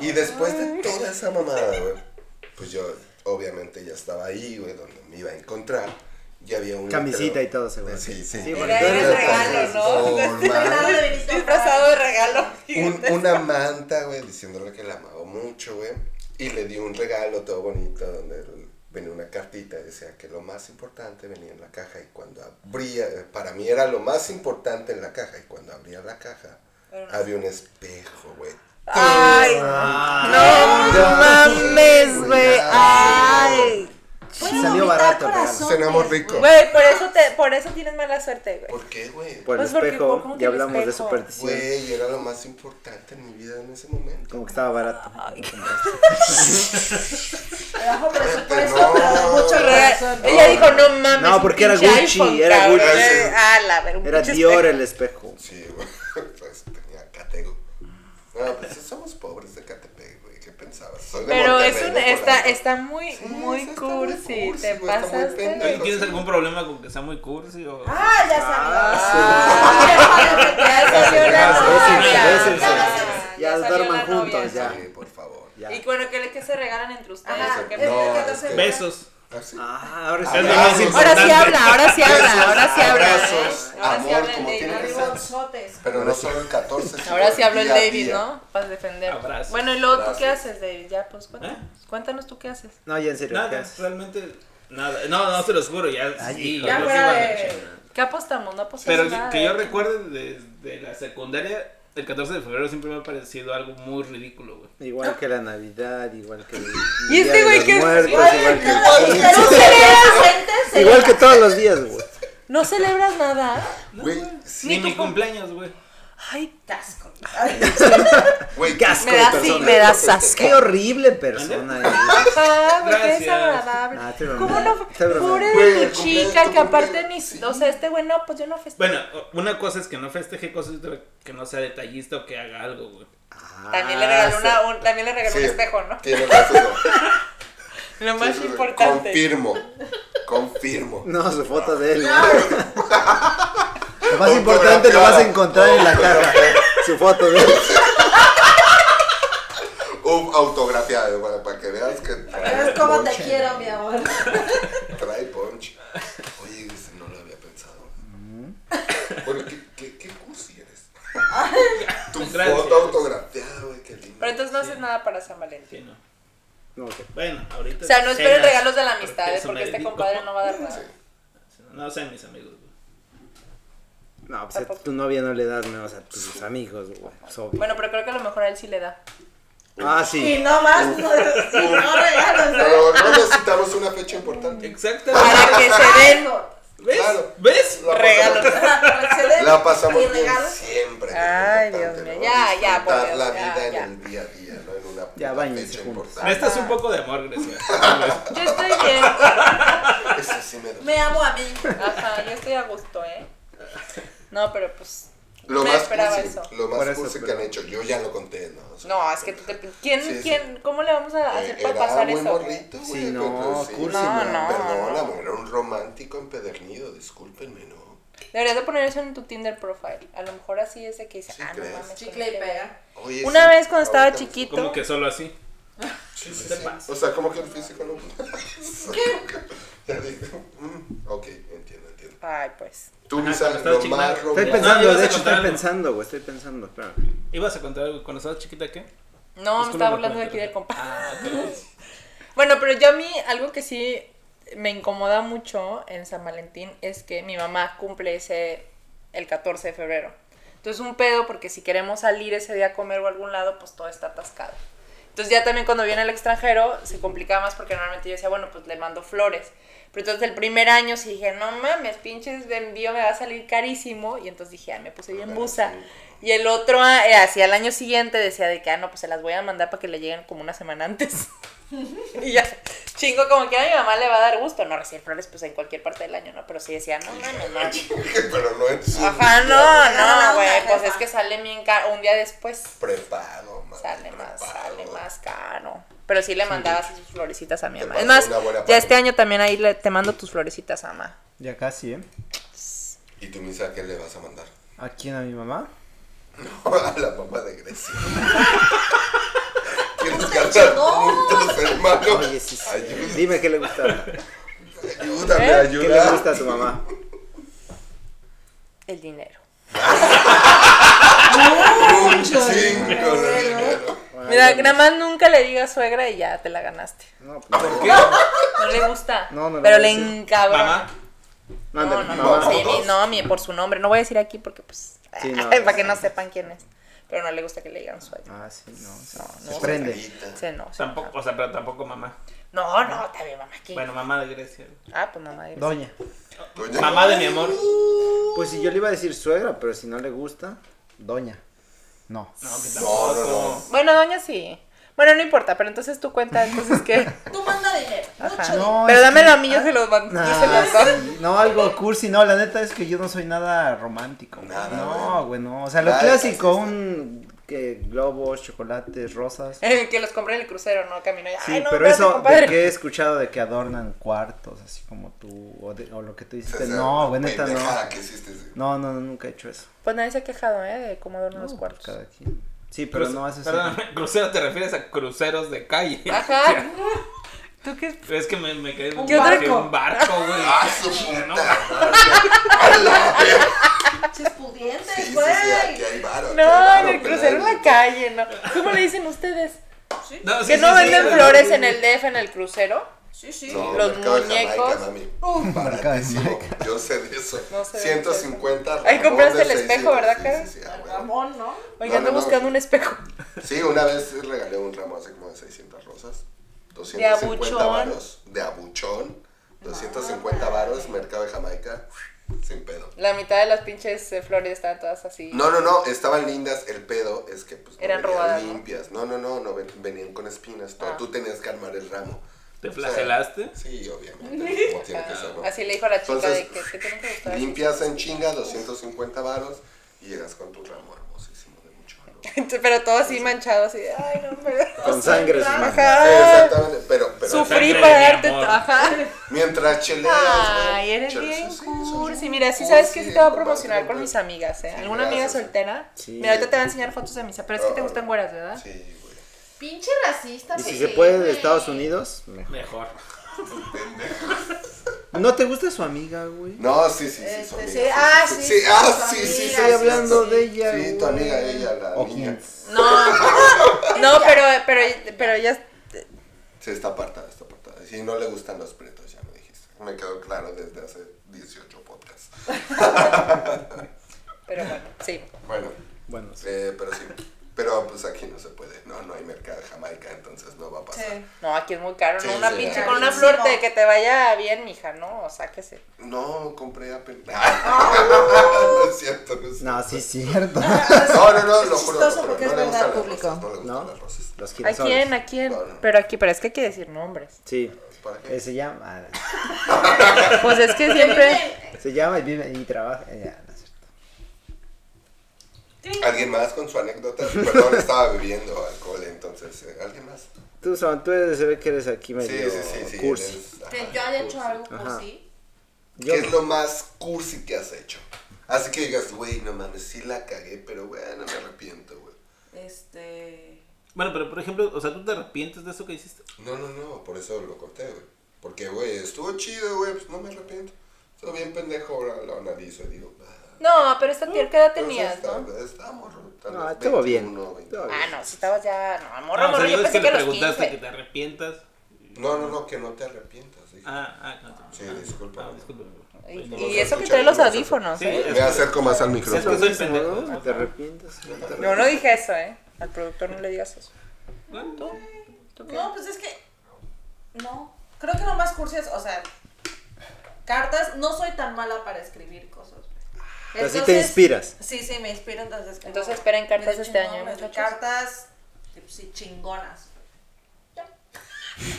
[SPEAKER 2] Y después de toda esa mamada, güey, pues yo obviamente ya estaba ahí, güey, donde me iba a encontrar. Ya había un
[SPEAKER 3] Camisita
[SPEAKER 2] letrero.
[SPEAKER 3] y todo, seguro.
[SPEAKER 2] Sí, sí.
[SPEAKER 3] Sí, porque
[SPEAKER 6] Era, era el
[SPEAKER 3] Entonces,
[SPEAKER 6] regalo,
[SPEAKER 2] formal.
[SPEAKER 6] ¿no?
[SPEAKER 7] Disfrazado de Benito
[SPEAKER 6] Disfrazado de regalo.
[SPEAKER 2] Un- una manta, güey, diciéndole que la amaba mucho, güey. Y le di un regalo todo bonito, donde el- venía una cartita y decía que lo más importante venía en la caja. Y cuando abría, eh, para mí era lo más importante en la caja. Y cuando abría la caja, había un espejo, güey.
[SPEAKER 6] Ay,
[SPEAKER 3] Ah.
[SPEAKER 6] no mames, güey. Ay.
[SPEAKER 7] Pueden
[SPEAKER 3] Salió
[SPEAKER 7] aumentar
[SPEAKER 3] barato, pero
[SPEAKER 7] corazones,
[SPEAKER 2] cenamos rico.
[SPEAKER 6] Güey, por eso te, por eso tienes mala suerte, güey.
[SPEAKER 2] ¿Por qué, güey?
[SPEAKER 3] Por el
[SPEAKER 6] Pues porque,
[SPEAKER 3] espejo,
[SPEAKER 6] ¿cómo que
[SPEAKER 3] ya
[SPEAKER 6] el
[SPEAKER 3] hablamos de
[SPEAKER 6] espejo?
[SPEAKER 3] superstición.
[SPEAKER 2] Güey, era lo más importante en mi vida en ese momento.
[SPEAKER 3] Como que estaba barato.
[SPEAKER 7] güey. Bajo presupuesto,
[SPEAKER 2] No.
[SPEAKER 7] pero da mucho
[SPEAKER 6] Ella
[SPEAKER 7] corazón.
[SPEAKER 6] ella dijo, no mames.
[SPEAKER 3] No, porque era
[SPEAKER 6] pinche
[SPEAKER 3] Gucci, era
[SPEAKER 6] cabrón.
[SPEAKER 2] Gucci.
[SPEAKER 6] Ah, la ver, un
[SPEAKER 3] Era
[SPEAKER 6] pinche
[SPEAKER 3] Dior
[SPEAKER 6] espejo.
[SPEAKER 3] el espejo.
[SPEAKER 2] Sí, güey. Pues tenía catego. No, pues somos pobres de Catepec, güey. ¿Qué pensabas? Soy de
[SPEAKER 6] Pero
[SPEAKER 2] Monterrey,
[SPEAKER 6] es un,
[SPEAKER 2] no por
[SPEAKER 6] está,
[SPEAKER 2] algo.
[SPEAKER 6] está muy,
[SPEAKER 2] Sí,
[SPEAKER 6] muy
[SPEAKER 2] eso está muy
[SPEAKER 6] cursi.
[SPEAKER 2] cursi,
[SPEAKER 6] Te
[SPEAKER 2] güey, está muy
[SPEAKER 6] pasas
[SPEAKER 2] pendejo.
[SPEAKER 4] ¿Tienes algún problema con que sea muy cursi o...?
[SPEAKER 7] Ah, ya
[SPEAKER 3] Ah,
[SPEAKER 7] sabía.
[SPEAKER 6] Ah, Ya salió la
[SPEAKER 3] Gracias,
[SPEAKER 6] novia.
[SPEAKER 3] bésense, bésense.
[SPEAKER 6] Ya,
[SPEAKER 3] Ya
[SPEAKER 6] salió
[SPEAKER 3] duerman
[SPEAKER 6] la novia.
[SPEAKER 3] juntos, ya.
[SPEAKER 2] Sí, por favor.
[SPEAKER 3] Ya.
[SPEAKER 6] Y bueno, ¿qué, qué se regalan entre ustedes?
[SPEAKER 7] Ajá,
[SPEAKER 6] ¿Qué-
[SPEAKER 7] es
[SPEAKER 2] Ah, No,
[SPEAKER 7] que no
[SPEAKER 2] es
[SPEAKER 7] se
[SPEAKER 2] que-
[SPEAKER 7] ve.
[SPEAKER 4] Besos.
[SPEAKER 2] Así.
[SPEAKER 3] Ah, ahora
[SPEAKER 4] Es lo
[SPEAKER 3] sí.
[SPEAKER 4] más
[SPEAKER 2] Abrazos.
[SPEAKER 6] Ahora sí
[SPEAKER 4] importante.
[SPEAKER 6] habla, ahora sí habla, ahora sí habla.
[SPEAKER 2] Abrazos,
[SPEAKER 6] ¿eh? Ahora sí
[SPEAKER 2] amor,
[SPEAKER 6] habla el
[SPEAKER 2] como tiene que
[SPEAKER 6] David.
[SPEAKER 2] ser.
[SPEAKER 7] Ribbonzotes.
[SPEAKER 2] Pero no solo el 14. sino
[SPEAKER 6] Ahora sí habló el
[SPEAKER 2] día a
[SPEAKER 6] David,
[SPEAKER 2] día.
[SPEAKER 6] ¿no? Para defender.
[SPEAKER 4] Abrazos.
[SPEAKER 6] Bueno, y luego tú qué
[SPEAKER 2] Abrazos.
[SPEAKER 6] haces, David. Ya, pues cuéntanos.
[SPEAKER 4] ¿Eh?
[SPEAKER 6] Cuéntanos tú qué haces.
[SPEAKER 3] No, ya en serio. ¿qué
[SPEAKER 4] Nada,
[SPEAKER 3] haces?
[SPEAKER 4] realmente nada. No, no se los juro, ya.
[SPEAKER 3] Ay,
[SPEAKER 4] sí,
[SPEAKER 3] hijo.
[SPEAKER 4] yo
[SPEAKER 7] Ya
[SPEAKER 4] sí
[SPEAKER 7] fuera
[SPEAKER 4] iba a la
[SPEAKER 7] de-
[SPEAKER 4] chingada.
[SPEAKER 6] ¿Qué apostamos? No apostamos
[SPEAKER 4] Pero
[SPEAKER 6] nada.
[SPEAKER 4] que, que yo
[SPEAKER 6] ¿eh?
[SPEAKER 4] recuerde desde la secundaria, el 14 de febrero siempre me ha parecido algo muy ridículo, güey.
[SPEAKER 3] Igual que la Navidad, igual que el
[SPEAKER 6] Y
[SPEAKER 3] Día
[SPEAKER 6] este
[SPEAKER 3] de
[SPEAKER 6] güey
[SPEAKER 3] los
[SPEAKER 6] que-
[SPEAKER 3] Muertos,
[SPEAKER 7] Igual,
[SPEAKER 3] igual que
[SPEAKER 7] no,
[SPEAKER 3] el
[SPEAKER 7] pero
[SPEAKER 3] Quince.
[SPEAKER 7] no celebras,
[SPEAKER 3] Igual que todos los días, güey.
[SPEAKER 6] ¿No celebras nada?
[SPEAKER 2] Güey, sí,
[SPEAKER 4] Ni mi cumpleaños, güey.
[SPEAKER 6] Ay,
[SPEAKER 7] Tasco. Ay,
[SPEAKER 2] güey.
[SPEAKER 3] Casco
[SPEAKER 6] me da
[SPEAKER 3] de
[SPEAKER 6] así,
[SPEAKER 3] persona.
[SPEAKER 6] me das asco.
[SPEAKER 3] Qué horrible persona eres.
[SPEAKER 6] Ajá, porque es
[SPEAKER 4] Gracias.
[SPEAKER 6] desagradable.
[SPEAKER 3] Ah, te lo
[SPEAKER 6] ¿Cómo
[SPEAKER 3] mandé,
[SPEAKER 6] no?
[SPEAKER 3] te lo
[SPEAKER 6] Pobre
[SPEAKER 3] mandé.
[SPEAKER 2] Güey,
[SPEAKER 6] de
[SPEAKER 2] el
[SPEAKER 6] tu
[SPEAKER 2] cumpleaños,
[SPEAKER 6] chica,
[SPEAKER 2] tu
[SPEAKER 6] que aparte ni.
[SPEAKER 2] cumpleaños,
[SPEAKER 6] O sea, este güey, no, pues yo no festejo.
[SPEAKER 4] Bueno, una cosa es que no festeje, cosa es otra que no sea detallista o que haga algo, güey.
[SPEAKER 6] También le regaló,
[SPEAKER 3] Ah,
[SPEAKER 6] una, un, también le regaló
[SPEAKER 2] Sí,
[SPEAKER 6] un espejo, ¿no?
[SPEAKER 2] Tiene razón.
[SPEAKER 6] Lo más
[SPEAKER 2] Sí,
[SPEAKER 6] importante.
[SPEAKER 2] Confirmo. Confirmo.
[SPEAKER 3] No, su foto de él. ¿no? Lo más importante lo
[SPEAKER 2] Autografiada.
[SPEAKER 3] vas a encontrar en la caja. Su foto de él.
[SPEAKER 2] Un autografiado, para, para que veas que trae
[SPEAKER 7] es como te
[SPEAKER 2] punch,
[SPEAKER 7] quiero, mi amor.
[SPEAKER 2] Trae punch. Oye, ese no lo había pensado. Bueno, ¿qué, qué, qué cursi eres? tu
[SPEAKER 4] Gracias.
[SPEAKER 2] foto autografiada, güey, qué lindo.
[SPEAKER 6] Pero entonces no haces nada para San Valentín.
[SPEAKER 4] Sí, no.
[SPEAKER 3] No, ok.
[SPEAKER 4] Bueno, ahorita.
[SPEAKER 6] O sea, no esperen
[SPEAKER 4] cenas,
[SPEAKER 6] regalos de la amistad,
[SPEAKER 4] porque
[SPEAKER 6] ¿eh?
[SPEAKER 4] eso
[SPEAKER 6] porque
[SPEAKER 4] me
[SPEAKER 6] este
[SPEAKER 4] dedico.
[SPEAKER 6] compadre no va Mm. a dar nada.
[SPEAKER 4] No sean mis amigos, güey.
[SPEAKER 3] No, pues a tu novia no le das menos a tus amigos, güey. es obvio.
[SPEAKER 6] Bueno, pero creo que a lo mejor a él sí le da.
[SPEAKER 3] Ah,
[SPEAKER 7] Y
[SPEAKER 3] sí.
[SPEAKER 7] no más, no, y no regalos. ¿eh?
[SPEAKER 2] Pero no necesitamos una fecha importante.
[SPEAKER 4] Exactamente.
[SPEAKER 6] Para que se den.
[SPEAKER 4] ¿Ves?
[SPEAKER 2] Claro.
[SPEAKER 4] ¿Ves?
[SPEAKER 2] La
[SPEAKER 6] Regalos.
[SPEAKER 2] pasamos-
[SPEAKER 7] Excelente.
[SPEAKER 2] La pasamos
[SPEAKER 7] Y
[SPEAKER 2] bien
[SPEAKER 7] regalos.
[SPEAKER 2] siempre. que es
[SPEAKER 6] Ay,
[SPEAKER 2] lo importante,
[SPEAKER 6] Dios mío.
[SPEAKER 2] ¿no?
[SPEAKER 6] Ya, ya,
[SPEAKER 2] Disfrutar
[SPEAKER 6] por Dios,
[SPEAKER 2] la
[SPEAKER 6] ya,
[SPEAKER 2] vida en
[SPEAKER 6] ya.
[SPEAKER 2] el día a día, no en una
[SPEAKER 3] Ya,
[SPEAKER 2] puta
[SPEAKER 3] váyanse
[SPEAKER 2] fecha
[SPEAKER 3] juntos.
[SPEAKER 4] Me
[SPEAKER 2] importante.
[SPEAKER 4] estás un poco de amor, Grecia.
[SPEAKER 6] Yo estoy bien.
[SPEAKER 2] Eso sí me duele.
[SPEAKER 7] Me amo a mí.
[SPEAKER 6] Ajá, yo estoy a gusto, ¿eh? No, pero pues.
[SPEAKER 2] Lo
[SPEAKER 6] me
[SPEAKER 2] más
[SPEAKER 6] esperaba
[SPEAKER 2] cursi,
[SPEAKER 6] eso.
[SPEAKER 2] lo
[SPEAKER 3] Por
[SPEAKER 2] más
[SPEAKER 3] eso,
[SPEAKER 2] cursi que
[SPEAKER 3] pero-
[SPEAKER 2] han hecho. Yo ya lo conté, ¿no? O sea,
[SPEAKER 6] No, es que tú te. ¿Quién,
[SPEAKER 2] Sí, sí.
[SPEAKER 6] quién, cómo le vamos a hacer
[SPEAKER 2] Eh,
[SPEAKER 6] para pasar
[SPEAKER 2] muy
[SPEAKER 6] eso? güey?
[SPEAKER 2] morrito, güey.
[SPEAKER 3] Sí, no,
[SPEAKER 2] pero sí.
[SPEAKER 3] cursi,
[SPEAKER 6] No, no. no.
[SPEAKER 2] Perdóname, era un romántico empedernido, discúlpenme, ¿no?
[SPEAKER 6] Deberías de poner eso en tu Tinder profile. A lo mejor así es de que dice,
[SPEAKER 2] Sí,
[SPEAKER 6] ah, no
[SPEAKER 2] ¿crees?
[SPEAKER 6] mames.
[SPEAKER 7] Chicle y pega.
[SPEAKER 2] Oye,
[SPEAKER 6] Una
[SPEAKER 2] sí,
[SPEAKER 6] vez cuando estaba
[SPEAKER 2] ahorita-
[SPEAKER 6] chiquito.
[SPEAKER 4] Como que solo así.
[SPEAKER 2] Sí, sí,
[SPEAKER 4] Te
[SPEAKER 2] sí.
[SPEAKER 4] pasa.
[SPEAKER 2] O sea, como que el físico no. ¿Qué? Ya digo, mm, ok, entiendo, entiendo.
[SPEAKER 6] Ay, pues.
[SPEAKER 2] Tú,
[SPEAKER 4] Ajá,
[SPEAKER 2] Misa,
[SPEAKER 4] cuando estaba
[SPEAKER 2] lo
[SPEAKER 4] chiquita-
[SPEAKER 2] más romántico.
[SPEAKER 3] Estoy
[SPEAKER 4] No,
[SPEAKER 3] pensando,
[SPEAKER 4] ibas
[SPEAKER 3] de
[SPEAKER 4] a
[SPEAKER 3] hecho estoy
[SPEAKER 4] contar algo.
[SPEAKER 3] pensando, güey. Estoy pensando, espera.
[SPEAKER 4] ¿Ibas a contar algo cuando estabas chiquita qué?
[SPEAKER 6] No, me
[SPEAKER 4] Disculpa,
[SPEAKER 6] estaba
[SPEAKER 4] no
[SPEAKER 6] burlando de aquí
[SPEAKER 4] puedo
[SPEAKER 6] del compa.
[SPEAKER 4] Ah, ok.
[SPEAKER 6] Bueno, pero yo a mí algo que sí me incomoda mucho en San Valentín es que mi mamá cumple ese el 14 de febrero. Entonces un pedo porque si queremos salir ese día a comer o a algún lado, pues todo está atascado. Entonces ya también cuando viene el extranjero se complicaba más porque normalmente yo decía, bueno, pues le mando flores. Pero entonces el primer año sí dije, no mames, pinches de envío me va a salir carísimo. Y entonces dije, ah, me puse bien busa. Y el otro, a- eh, hacia el año siguiente decía de que, ah, no, pues se las voy a mandar para que le lleguen como una semana antes. Y ya, chingo, como que a mi mamá le va a dar gusto. No recibir flores, pues en cualquier parte del año, ¿no? Pero sí decía, no, no, no, no.
[SPEAKER 2] Pero no en su.
[SPEAKER 6] Ajá, no, no,
[SPEAKER 7] no,
[SPEAKER 6] güey.
[SPEAKER 7] no,
[SPEAKER 6] Pues
[SPEAKER 7] no.
[SPEAKER 6] es que sale bien caro. Un día después
[SPEAKER 2] Prepado, madre,
[SPEAKER 6] sale más,
[SPEAKER 2] prepado.
[SPEAKER 6] sale más caro. Pero sí le mandaba así sus florecitas a mi
[SPEAKER 2] Te
[SPEAKER 6] mamá.
[SPEAKER 2] pasó
[SPEAKER 6] Es más,
[SPEAKER 2] una buena
[SPEAKER 6] ya
[SPEAKER 2] parte.
[SPEAKER 6] este año también ahí le- te mando tus florecitas, mamá.
[SPEAKER 3] Ya casi, ¿eh?
[SPEAKER 2] ¿Y tu misa qué le vas a mandar?
[SPEAKER 3] ¿A quién? ¿A mi mamá?
[SPEAKER 2] A la mamá de Grecia. Tienes que hablar
[SPEAKER 7] chingón.
[SPEAKER 2] puntos, hermano.
[SPEAKER 3] Oye, sí, sí.
[SPEAKER 2] Ayúdame,
[SPEAKER 3] Dime qué le gusta.
[SPEAKER 2] ayúdame,
[SPEAKER 3] ¿Qué le
[SPEAKER 2] ayuda.
[SPEAKER 3] gusta a tu mamá?
[SPEAKER 6] El dinero.
[SPEAKER 2] Un chingo de dinero.
[SPEAKER 6] Mira, nada más nunca le digas suegra y ya te la ganaste.
[SPEAKER 3] No, pues,
[SPEAKER 1] ¿Por qué?
[SPEAKER 6] No le gusta.
[SPEAKER 3] No, no le
[SPEAKER 6] pero
[SPEAKER 3] voy a
[SPEAKER 6] le
[SPEAKER 3] decir.
[SPEAKER 6] encabrona.
[SPEAKER 1] Mamá,
[SPEAKER 6] No,
[SPEAKER 3] ándale,
[SPEAKER 6] no,
[SPEAKER 2] mamá.
[SPEAKER 6] no, sí, mi- no, mi- por su nombre. No voy a decir aquí porque, pues,
[SPEAKER 3] Sí, no,
[SPEAKER 6] para
[SPEAKER 3] no,
[SPEAKER 6] que no
[SPEAKER 3] sí.
[SPEAKER 6] sepan quién es. Pero no le gusta que le digan suegra.
[SPEAKER 3] Ah, sí, no. Se,
[SPEAKER 6] No,
[SPEAKER 3] se
[SPEAKER 6] no.
[SPEAKER 3] prende.
[SPEAKER 6] Sí, no, sí,
[SPEAKER 4] Tampoco, o sea, pero tampoco mamá.
[SPEAKER 6] No, no, también mamá aquí.
[SPEAKER 4] Bueno, mamá de Grecia.
[SPEAKER 6] Ah, pues mamá. eres-
[SPEAKER 3] Doña.
[SPEAKER 2] Doña-
[SPEAKER 4] Mamá de mi amor.
[SPEAKER 3] Pues si yo le iba a decir suegra, pero si no le gusta, doña. No.
[SPEAKER 4] No, que
[SPEAKER 2] No, no,
[SPEAKER 4] tampoco.
[SPEAKER 6] Bueno, doña sí. Bueno, no importa, pero entonces tú cuenta, entonces que.
[SPEAKER 7] Tú manda dinero.
[SPEAKER 6] Ajá.
[SPEAKER 7] Mucho dinero.
[SPEAKER 3] No,
[SPEAKER 6] pero
[SPEAKER 3] es
[SPEAKER 6] dámelo
[SPEAKER 3] que-
[SPEAKER 6] a mí, yo se lo mando.
[SPEAKER 3] Nah,
[SPEAKER 6] Yo se los doy.
[SPEAKER 3] sí, no, algo cursi, no, la neta es que yo no soy nada romántico. güey.
[SPEAKER 2] Nada,
[SPEAKER 3] no, güey, no. O sea, lo
[SPEAKER 2] Nada de
[SPEAKER 3] clásico,
[SPEAKER 2] casista.
[SPEAKER 3] un que, globos, chocolates, rosas.
[SPEAKER 6] El Eh, que los compré en el crucero, ¿no? Camino. y,
[SPEAKER 3] Sí,
[SPEAKER 6] Ay, no,
[SPEAKER 3] pero
[SPEAKER 6] espérate,
[SPEAKER 3] eso
[SPEAKER 6] compadre.
[SPEAKER 3] de que he escuchado de que adornan cuartos, así como tú, o, de- o lo que tú hiciste, no, güey, neta, no.
[SPEAKER 2] Pendejada que hiciste. sí.
[SPEAKER 3] No, no, no, nunca he hecho eso.
[SPEAKER 6] Pues nadie se ha quejado, ¿eh? De cómo duermen los cuartos.
[SPEAKER 3] Cada quien. Sí, pero
[SPEAKER 4] Cruce-
[SPEAKER 3] no haces eso.
[SPEAKER 4] Perdóname, crucero te refieres a cruceros de calle.
[SPEAKER 6] Ajá. ¿Tú qué?
[SPEAKER 4] Pero es que me, me quedé en
[SPEAKER 6] Ah. ¿Qué otra
[SPEAKER 4] barco,
[SPEAKER 6] co-
[SPEAKER 4] un barco, güey.
[SPEAKER 2] Ah, su puta
[SPEAKER 4] No,
[SPEAKER 2] madre. A la verga.
[SPEAKER 7] Pinches pudientes,
[SPEAKER 2] Sí, sí, sí,
[SPEAKER 7] güey.
[SPEAKER 2] aquí hay varo. aquí hay
[SPEAKER 6] No,
[SPEAKER 2] varo,
[SPEAKER 6] en el
[SPEAKER 2] pero
[SPEAKER 6] crucero en
[SPEAKER 2] hay-
[SPEAKER 6] la calle, ¿no? ¿Cómo le dicen ustedes?
[SPEAKER 4] No, sí,
[SPEAKER 6] Que
[SPEAKER 4] sí,
[SPEAKER 6] no
[SPEAKER 4] sí,
[SPEAKER 6] venden
[SPEAKER 4] sí.
[SPEAKER 6] flores en el DF, en el crucero.
[SPEAKER 7] Sí, sí.
[SPEAKER 2] No,
[SPEAKER 6] Los
[SPEAKER 2] mercado de
[SPEAKER 6] muñecos.
[SPEAKER 2] mami.
[SPEAKER 3] mercado de
[SPEAKER 2] Baratísimo. Yo sé de eso.
[SPEAKER 6] No sé de
[SPEAKER 2] 150.
[SPEAKER 6] Ahí
[SPEAKER 2] Ramón
[SPEAKER 6] compraste
[SPEAKER 2] de
[SPEAKER 6] el espejo,
[SPEAKER 2] 600,
[SPEAKER 6] ¿verdad,
[SPEAKER 2] sí,
[SPEAKER 6] Karen?
[SPEAKER 2] Sí, sí, ah,
[SPEAKER 7] Al
[SPEAKER 2] bueno.
[SPEAKER 7] Ramón, ¿no?
[SPEAKER 6] Oye,
[SPEAKER 2] No,
[SPEAKER 6] ando
[SPEAKER 2] no, no.
[SPEAKER 6] buscando un espejo.
[SPEAKER 2] Sí, una vez regalé un ramo así como de 600 rosas. 250
[SPEAKER 6] abuchón.
[SPEAKER 2] varos. De abuchón. 250 varos, mercado de Jamaica. Sin pedo.
[SPEAKER 6] La mitad de las pinches eh, flores estaban todas así.
[SPEAKER 2] No, no, no, estaban lindas. El pedo es que pues, no
[SPEAKER 6] Eran
[SPEAKER 2] venían
[SPEAKER 6] robadas, ¿no?
[SPEAKER 2] limpias. No, no, no, no ven- venían con espinas. todo.
[SPEAKER 6] Ah.
[SPEAKER 2] Tú tenías que armar el ramo.
[SPEAKER 4] ¿Te
[SPEAKER 2] O sea,
[SPEAKER 4] flagelaste?
[SPEAKER 2] Sí, obviamente. como tiene que ser, ¿no?
[SPEAKER 6] Ah, Así le dijo a la chica
[SPEAKER 2] Entonces,
[SPEAKER 6] de que, que tiene que gustar.
[SPEAKER 2] Limpias en chinga, 250 varos y llegas con tu ramo hermosísimo de mucho valor.
[SPEAKER 6] Pero todo así manchado, así de, ay, no, pero.
[SPEAKER 3] Con sangre, sí.
[SPEAKER 2] Sí,
[SPEAKER 6] Ajá.
[SPEAKER 2] exactamente, pero, pero
[SPEAKER 6] Ah. Sufrí
[SPEAKER 4] Sangre
[SPEAKER 6] para
[SPEAKER 4] de
[SPEAKER 6] darte.
[SPEAKER 4] amor.
[SPEAKER 6] Ajá.
[SPEAKER 2] mientras cheleas.
[SPEAKER 6] Ay,
[SPEAKER 2] güey,
[SPEAKER 6] eres
[SPEAKER 2] chelas,
[SPEAKER 6] bien
[SPEAKER 2] sí, Oh,
[SPEAKER 6] cursi.
[SPEAKER 2] soy
[SPEAKER 6] Mira, sí
[SPEAKER 2] cursi,
[SPEAKER 6] sabes que sí te voy a
[SPEAKER 2] compadre,
[SPEAKER 6] promocionar con
[SPEAKER 2] compadre.
[SPEAKER 6] mis amigas, ¿eh?
[SPEAKER 2] Sí,
[SPEAKER 6] ¿Alguna amiga
[SPEAKER 2] gracias.
[SPEAKER 6] soltera?
[SPEAKER 3] Sí.
[SPEAKER 6] Mira, ahorita te voy a enseñar fotos de mis amigas. Pero es que te
[SPEAKER 2] Ah.
[SPEAKER 6] gustan güeras, ¿verdad?
[SPEAKER 2] Sí, güey.
[SPEAKER 7] Pinche
[SPEAKER 6] Ah,
[SPEAKER 7] racista.
[SPEAKER 3] Y si
[SPEAKER 7] sí,
[SPEAKER 3] se puede de
[SPEAKER 7] güey.
[SPEAKER 3] Estados Unidos, mejor.
[SPEAKER 4] Mejor.
[SPEAKER 3] ¿No te gusta su amiga, güey?
[SPEAKER 2] No, sí, sí, sí, su
[SPEAKER 7] Este,
[SPEAKER 2] amiga,
[SPEAKER 7] sí, ah, sí,
[SPEAKER 2] Sí,
[SPEAKER 7] sí,
[SPEAKER 2] ah,
[SPEAKER 7] su
[SPEAKER 2] sí, sí,
[SPEAKER 7] amiga,
[SPEAKER 2] sí,
[SPEAKER 7] sí,
[SPEAKER 3] Estoy hablando
[SPEAKER 2] sí.
[SPEAKER 3] de ella.
[SPEAKER 2] Sí, tu
[SPEAKER 3] güey.
[SPEAKER 2] amiga, ella, la
[SPEAKER 3] O
[SPEAKER 2] niña.
[SPEAKER 3] quién.
[SPEAKER 6] No, no, pero, pero, pero ellas.
[SPEAKER 2] Sí, está apartada, está apartada. Si no le gustan los pretos, ya me dijiste. Me quedó claro desde hace 18 podcasts.
[SPEAKER 6] Pero bueno, sí.
[SPEAKER 2] Bueno,
[SPEAKER 3] Bueno, sí.
[SPEAKER 2] eh, pero sí. Pero pues aquí no se puede. No, no hay mercado de Jamaica, entonces no va a pasar.
[SPEAKER 7] Sí.
[SPEAKER 6] No, aquí es muy caro,
[SPEAKER 2] Sí,
[SPEAKER 6] ¿no? Una
[SPEAKER 2] sí,
[SPEAKER 6] pinche
[SPEAKER 2] sí.
[SPEAKER 6] con una
[SPEAKER 7] Sí,
[SPEAKER 6] flor
[SPEAKER 7] no.
[SPEAKER 6] de que te vaya bien, mija, ¿no? O sea, que sí.
[SPEAKER 2] No, compré Apple. no es cierto, no es cierto.
[SPEAKER 3] No, sí es cierto.
[SPEAKER 2] No, no, no,
[SPEAKER 7] Es
[SPEAKER 2] lo juro.
[SPEAKER 7] chistoso
[SPEAKER 2] lo juro,
[SPEAKER 7] porque
[SPEAKER 2] no
[SPEAKER 7] es
[SPEAKER 2] le
[SPEAKER 7] verdad
[SPEAKER 2] gustan las
[SPEAKER 7] público.
[SPEAKER 2] rosas, No le gustan
[SPEAKER 3] ¿No?
[SPEAKER 2] las rosas.
[SPEAKER 3] Los
[SPEAKER 6] ¿A
[SPEAKER 3] girasoles.
[SPEAKER 6] quién? ¿A quién?
[SPEAKER 2] Claro.
[SPEAKER 6] Pero aquí, pero es que hay que decir nombres.
[SPEAKER 3] Sí.
[SPEAKER 2] ¿Para qué?
[SPEAKER 3] Eh, se llama. ah,
[SPEAKER 6] Pues es que siempre.
[SPEAKER 3] Se llama y vive y trabaja. eh, ya, no es cierto.
[SPEAKER 2] ¿Alguien más con su anécdota? Perdón, estaba bebiendo alcohol, entonces. eh, ¿Alguien más?
[SPEAKER 3] Tú, Sam, tú eres, se ve que eres aquí
[SPEAKER 2] Sí,
[SPEAKER 3] medio
[SPEAKER 2] sí, sí. sí
[SPEAKER 3] cursi.
[SPEAKER 2] eres- ajá.
[SPEAKER 7] Que yo haya hecho algo
[SPEAKER 3] Ajá.
[SPEAKER 7] cursi.
[SPEAKER 3] Yo
[SPEAKER 2] ¿Qué es lo más cursi que has hecho? Así que digas, güey, no mames, sí la cagué, pero bueno, me arrepiento, güey.
[SPEAKER 7] Este.
[SPEAKER 4] Bueno, pero por ejemplo, o sea, ¿tú te arrepientes de eso que hiciste?
[SPEAKER 2] No, no, no, por eso lo corté, güey. Porque, güey, estuvo chido, güey, pues no me arrepiento. Estuvo bien pendejo, ahora lo analizo y digo, ah,
[SPEAKER 6] No, pero esta tía, ¿qué edad
[SPEAKER 3] Pues
[SPEAKER 6] tenías,
[SPEAKER 2] entonces,
[SPEAKER 6] no?
[SPEAKER 2] tal vez Estábamos, güey, tal
[SPEAKER 3] No,
[SPEAKER 2] vez
[SPEAKER 3] estuvo bien.
[SPEAKER 2] 21,
[SPEAKER 3] Estuvo bien.
[SPEAKER 6] Ah, no, si estabas ya. No,
[SPEAKER 4] No,
[SPEAKER 6] morro,
[SPEAKER 4] o
[SPEAKER 6] morro.
[SPEAKER 4] sea,
[SPEAKER 6] Yo
[SPEAKER 4] digo,
[SPEAKER 6] pensé
[SPEAKER 4] es Ah, que
[SPEAKER 6] que
[SPEAKER 4] le
[SPEAKER 6] a los
[SPEAKER 4] preguntaste que
[SPEAKER 6] 15.
[SPEAKER 4] te arrepientas.
[SPEAKER 2] No, no, no, que no te arrepientas. dije.
[SPEAKER 4] Ah, ah, no.
[SPEAKER 2] Sí, disculpa.
[SPEAKER 4] Ah, disculpa.
[SPEAKER 6] Y,
[SPEAKER 4] Pues no
[SPEAKER 6] y
[SPEAKER 4] lo
[SPEAKER 6] eso que
[SPEAKER 2] escuchar,
[SPEAKER 6] trae
[SPEAKER 2] no
[SPEAKER 6] los
[SPEAKER 2] vas a-
[SPEAKER 6] audífonos,
[SPEAKER 4] Sí,
[SPEAKER 6] ¿eh?
[SPEAKER 4] es-
[SPEAKER 2] Me acerco más al
[SPEAKER 4] Es que
[SPEAKER 2] micrófono.
[SPEAKER 4] soy
[SPEAKER 3] ¿no?
[SPEAKER 4] pendejo.
[SPEAKER 3] ¿Te arrepientes?
[SPEAKER 6] No, no dije eso, ¿eh? Al productor no le digas eso.
[SPEAKER 4] Bueno, tú.
[SPEAKER 7] No, pues es que. No. Creo que lo más cursi es, o sea. Cartas, no soy tan mala para escribir cosas.
[SPEAKER 3] Pero sí te inspiras.
[SPEAKER 7] Sí, sí, me inspiro, entonces. como-
[SPEAKER 6] Entonces, esperen cartas
[SPEAKER 7] medio
[SPEAKER 6] este año,
[SPEAKER 7] chingonas,
[SPEAKER 6] muchachos.
[SPEAKER 7] Cartas, pues, sí, chingonas.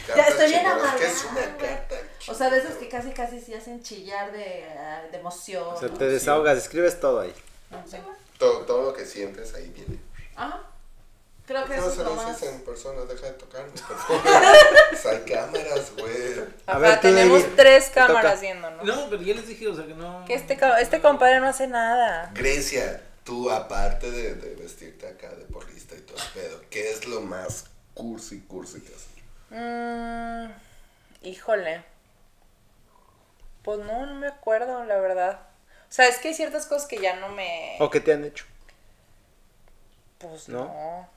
[SPEAKER 2] Carta
[SPEAKER 7] Ya estoy bien
[SPEAKER 2] chingona,
[SPEAKER 7] amargada.
[SPEAKER 2] ¿Qué es una
[SPEAKER 7] güey.
[SPEAKER 2] carta?
[SPEAKER 7] O sea, de esas que casi casi se hacen chillar de, ah, de emoción.
[SPEAKER 3] O sea, te desahogas, escribes todo ahí.
[SPEAKER 7] No sé.
[SPEAKER 2] Todo, todo lo que sientes ahí viene.
[SPEAKER 7] Ajá. Creo que
[SPEAKER 2] No
[SPEAKER 7] eso es
[SPEAKER 2] se
[SPEAKER 7] lo
[SPEAKER 2] lo
[SPEAKER 7] más.
[SPEAKER 2] dices en persona, deja de tocarme, por favor. Hay cámaras, güey.
[SPEAKER 3] A
[SPEAKER 6] Ajá,
[SPEAKER 3] ver, tú,
[SPEAKER 6] tenemos
[SPEAKER 3] David,
[SPEAKER 6] tres
[SPEAKER 3] te toca.
[SPEAKER 6] cámaras viéndonos.
[SPEAKER 4] No, pero ya les dije, o sea que no.
[SPEAKER 6] Que este, ca- este compadre no hace nada.
[SPEAKER 2] Grecia, tú aparte de, de vestirte acá de porrista y todo el pedo, ¿qué es lo más cursi, cursi que haces?
[SPEAKER 6] Mm, híjole. Pues no, no me acuerdo, la verdad. O sea, es que hay ciertas cosas que ya no me.
[SPEAKER 3] ¿O qué te han hecho?
[SPEAKER 6] Pues
[SPEAKER 3] ¿No?
[SPEAKER 6] no.